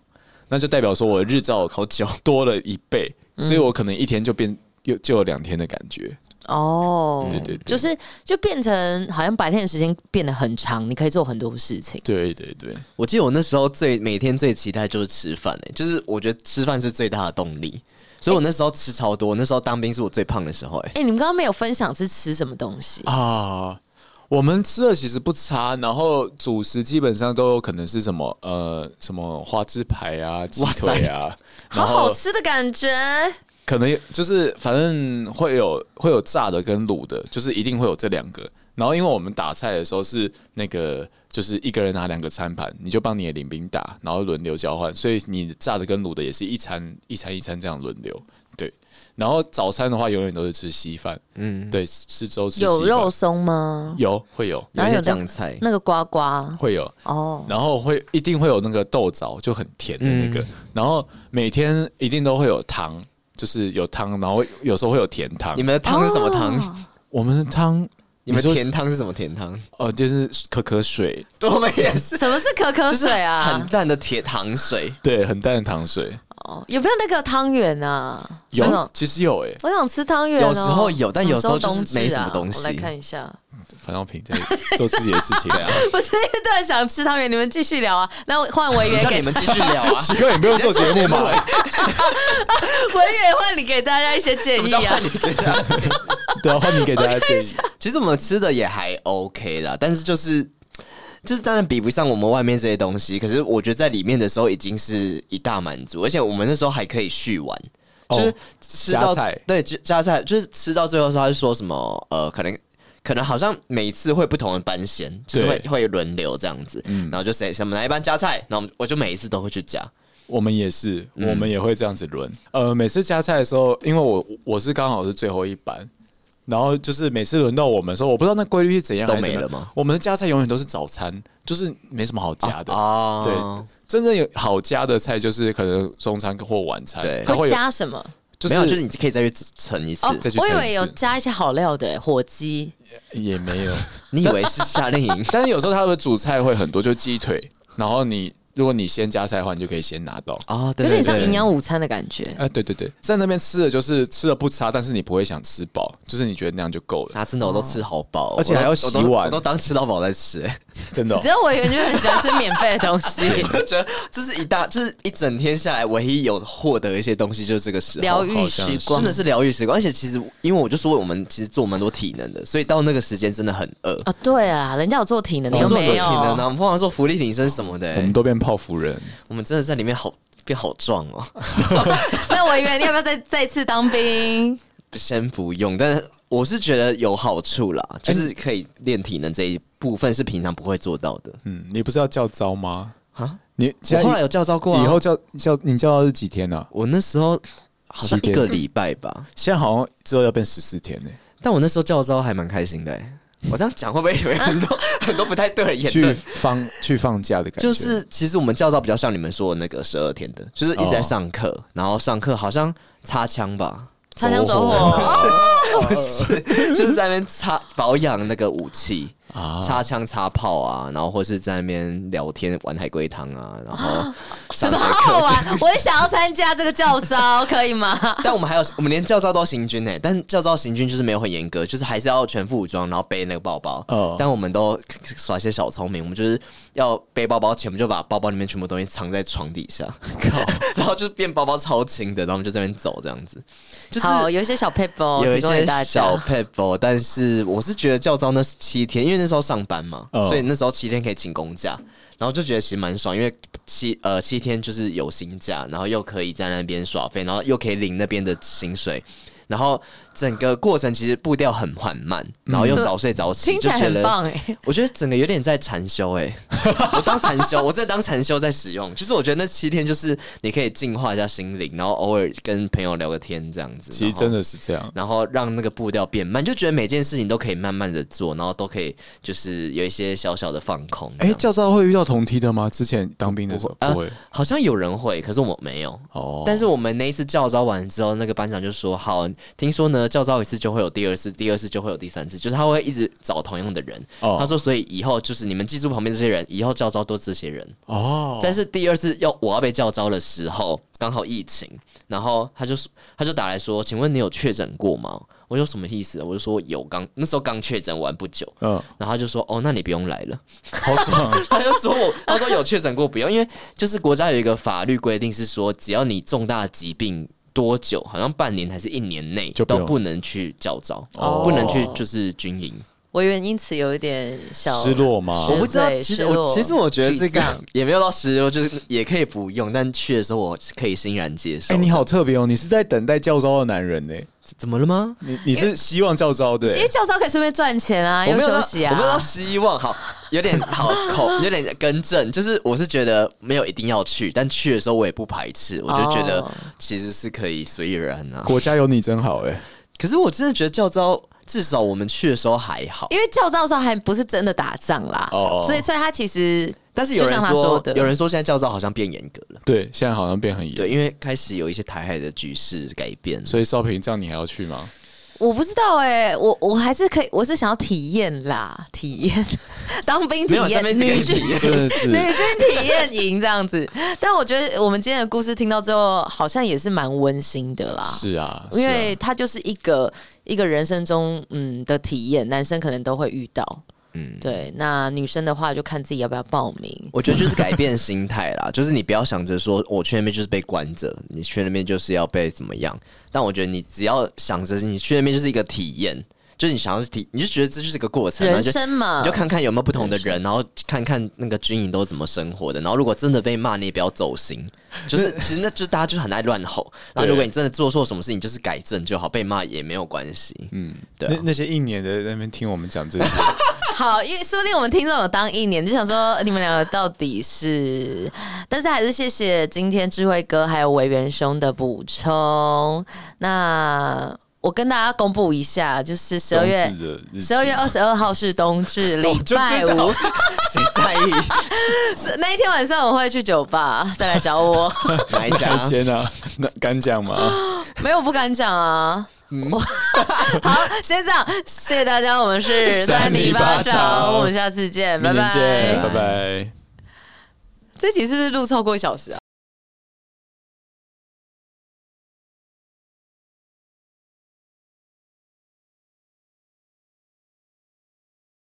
那就代表说我日照好久多了一倍，所以我可能一天就变又就有两天的感觉。
哦，
对对对
就是就变成好像白天的时间变得很长，你可以做很多事情。
对对对，
我记得我那时候最每天最期待就是吃饭、欸，就是我觉得吃饭是最大的动力，所以我那时候吃超多。我那时候当兵是我最胖的时候、欸，哎、
哎、你们刚刚没有分享是吃什么东西？
啊。我们吃的其实不差，然后主食基本上都有可能是什么呃什么花枝排啊、鸡腿啊，
好
然后
好吃的感觉，
可能就是反正会有会有炸的跟卤的，就是一定会有这两个。然后因为我们打菜的时候是那个就是一个人拿两个餐盘，你就帮你的领兵打，然后轮流交换，所以你炸的跟卤的也是一餐一餐一餐这样轮流。对，然后早餐的话永远都是吃稀饭，嗯，对，吃粥吃稀
有
饭
肉松吗？
有会有
然后有
有一些
那
酱菜
那个瓜瓜
会有，
哦，
然后会一定会有那个豆枣，就很甜的那个。然后每天一定都会有汤，就是有汤，然后有时候会有甜汤。
你们的汤是什么汤？
我们的汤，
你们
说
甜汤是什么甜汤？
哦，就是可可水，
对，我们也是，
什么是可可
就是
水啊
很？淡的甜糖 水。
对，很淡的糖水。
哦有没有那个汤圆啊？那
有
种，
其实有诶、欸
我想吃汤圆哦。
有时候有但有时候就是
什么时候
没什
冬至啊
么东西
我来看一下，
樊少平在做自己的事情 啊。
不是因为突然想吃汤圆，你们继续聊啊。那我换维园
让
给
你们继续聊啊！
奇怪，你不用做节目嘛？
文远换你给大家一些建 议啊。
对啊，换你给大家建议。
其实我们吃的也还 OK 啦，但是就是就是当然比不上我们外面这些东西，可是我觉得在里面的时候已经是一大满足，而且我们那时候还可以续玩。
哦
就是吃到、
加菜
对就加菜，就是吃到最后的时候，他就说什么呃，可能可能好像每次会不同的班先，就是会
对嗯
会轮流这样子，然后就谁什么哪一班加菜，然后我们我就每一次都会去加，
我们也是，
嗯
我们也会这样子轮。呃，每次加菜的时候，因为我我是刚好是最后一班，然后就是每次轮到我们的时候，我不知道那规律是怎样，
都
还是怎
没了
么样
吗？
我们的加菜永远都是早餐，就是没什么好加的。
哦
啊对，真正有好加的菜就是可能中餐或晚餐，
对
它会有
加什么？
就是
没有，就是你可以再去盛一次，
哦
再去，
我以
尝
为有
试
加一些好料的欸火鸡，
也没有，
你以为是夏令营
但是有时候他的主菜会很多，就鸡腿，然后你如果你先加菜的话，你就可以先拿到。
哦，对
有
对
点像
对
营养午餐的感觉。
啊，对对对，在那边吃的就是吃的不差，但是你不会想吃饱，就是你觉得那样就够了，
啊，真的我都吃好饱，
而且还要
我都
洗
我都
碗
我都当吃到饱 在吃、欸，
真的哦、
只有委员就很喜欢吃免费的东 西，
我觉得这是一大，就是一整天下来唯一有获得一些东西，就是这个时候。
疗愈时光
真的是疗愈时光，而且其实因为我就说我们其实做蛮多体能的，所以到那个时间真的很饿。
啊！对啊，人家有做体能，你又
做很
没
多体能啊，
有。
我们通常做福利挺身什么的、
我们都变泡芙人，
我们真的在里面好变好壮哦。
那委员，你要不要再再次当兵？
先不用，但是我是觉得有好处
哎
啦，就是可以练体能这一部分是平常不会做到的
嗯，你不是要叫招吗？
啊。
你
我
现在
后来有叫招过、啊，
以后叫叫你叫到是几天呢、啊？
我那时候好像
几
一
天
个礼拜吧，
现在好像之后要变十四天呢、
但我那时候叫招还蛮开心的、欸。我这样讲会不会以为很 多很多不太对的言
去
论？
放去放假的感觉，
就是其实我们教招比较像你们说的那个十二天的，就是一直在上课，
哦
然后上课好像擦枪吧，
擦枪走
走
火，
就是在那边擦保养那个武器，
啊，
擦枪擦炮啊，然后或是在那边聊天玩海龟汤啊，然后
什
上
么啊
节
好
课。
玩？我也想要参加这个教啊招，可以吗？
但我们还有，我们连教招都要行军呢、欸但教招行军就是没有很严格，就是还是要全副武装，然后背那个包包。
哦
但我们都耍一些小聪明，我们就是要背包包前，我们就把包包里面全部东西藏在床底下，靠， 然后就变包包超轻的，然后我们就在那边走这样子，就是。
好，有一些小 paper 哦
有
提
一
供给
些
大
小
家。
paper，但 是我是觉得教招那七天，因为那时候上班嘛
哦
所以那时候七天可以请公假，然后就觉得其实蛮爽，因为七呃七天就是有薪假，然后又可以在那边耍费，然后又可以领那边的薪水，然后整个过程其实步调很缓慢，然后又早睡早
嗯
起，
听起来
就觉
很
得
棒哎，
我觉得整个有点在禅修哎、我当禅修，我真的当禅修在使用。就是我觉得那七天就是你可以净化一下心灵，然后偶尔跟朋友聊个天这样子。
其实
然后
真的是这样，
然后让那个步调变慢，就觉得每件事情都可以慢慢的做，然后都可以就是有一些小小的放空。
哎、
这样
教招会遇到同梯的吗？之前当兵的时候
不会啊
不会、
好像有人会，可是我没有。
哦，
但是我们那一次教招完之后，那个班长就说：“好，听说呢，呢，教招一次就会有第二次，第二次就会有第三次，就是他会一直找同样的人。
哦
他说，所以以后就是你们记住旁边这些人，以后教招都这些人。
哦，
但是第二次要我要被叫招的时候，刚好疫情，然后他就说他就打来说，请问你有确诊过吗？我说什么意思？我就说有刚那时候刚确诊完不久，
嗯，
然后他就说哦，那你不用来了。
好爽，
他就说我他说有确诊过不用，因为就是国家有一个法律规定是说，只要你重大疾病。多久？好像半年还是一年内
就不
都
用
不能去教招，
哦
不能去就是军营。
我原因此有一点小
失落吗？
失
我不知道，
对
其实
失
我
落
其实我觉得这
沮丧
个 也没有到失落，就是也可以不用，但去的时候我可以欣然接受。
哎、你好特别哦，你是在等待教招的男人呢、
怎么了吗？
你你是希望教招的、
因为教招可以顺便赚钱啊，
我
又
没有
休
到，
息
我没有到
啊。
希望，好，有点 好口，有点更正，就是我是觉得没有一定要去，但去的时候我也不排斥，我就觉得
哦
其实是可以随遇而安啊。
国家有你真好哎、
可是我真的觉得教招，至少我们去的时候还好，
因为教招的时候还不是真的打仗啦，
哦哦
所以所以他其实
但是有人
就像他
说
说的，
有人说现在教招好像变严格了，
对，现在好像变很严。
对，因为开始有一些台海的局势改变，
所以少平，这样你还要去吗？
我不知道哎、我我还是可以，我是想要体验啦，体验当兵体
没有在
验
那边
女
这
军
个也
真的是
女军体验营这样子。 但我觉得我们今天的故事听到之后，好像也是蛮温馨的啦。
是啊，
因
是啊
为它就是一个一个人生中嗯的体验，男生可能都会遇到，嗯，对。那女生的话就看自己要不要报名。
我觉得就是改变心态啦， 就是你不要想着说我去那边就是被关着，你去那边就是要被怎么样。但我觉得你只要想着你去那边就是一个体验，就是你想要体，你就觉得这就是一个过程，然后
人
就
生啊嘛
你就， 看看有没有不同的人，然后看看那个军营都怎么生活的。然后如果真的被骂，你也不要走心，就是其实那就是大家就是很爱乱吼。然后如果你真的做错什么事情，就是改正就好，被骂也没有关系。嗯，对啊、
那那些一年的在那边听我们讲这些，
好，因为说不定我们听众有当一年，就想说你们两个到底是，但是还是谢谢今天智慧哥还有维元兄的补充。那我跟大家公布一下，就是 十二月
冬至的日期
十二月二十二号是冬 至，礼
就知
拜
道
五，
谁在意
是那一天晚上我会去酒吧，再来找我。
哪一
开
家？
先啊，那敢讲吗？
没有，我不敢讲啊。
嗯
我好，先这样，谢谢大家，我们是
三
泥
泥
巴
巴
掌，
掌
我们下次见，拜
明年见，
拜。
拜拜
这集是不是录超过一小时啊？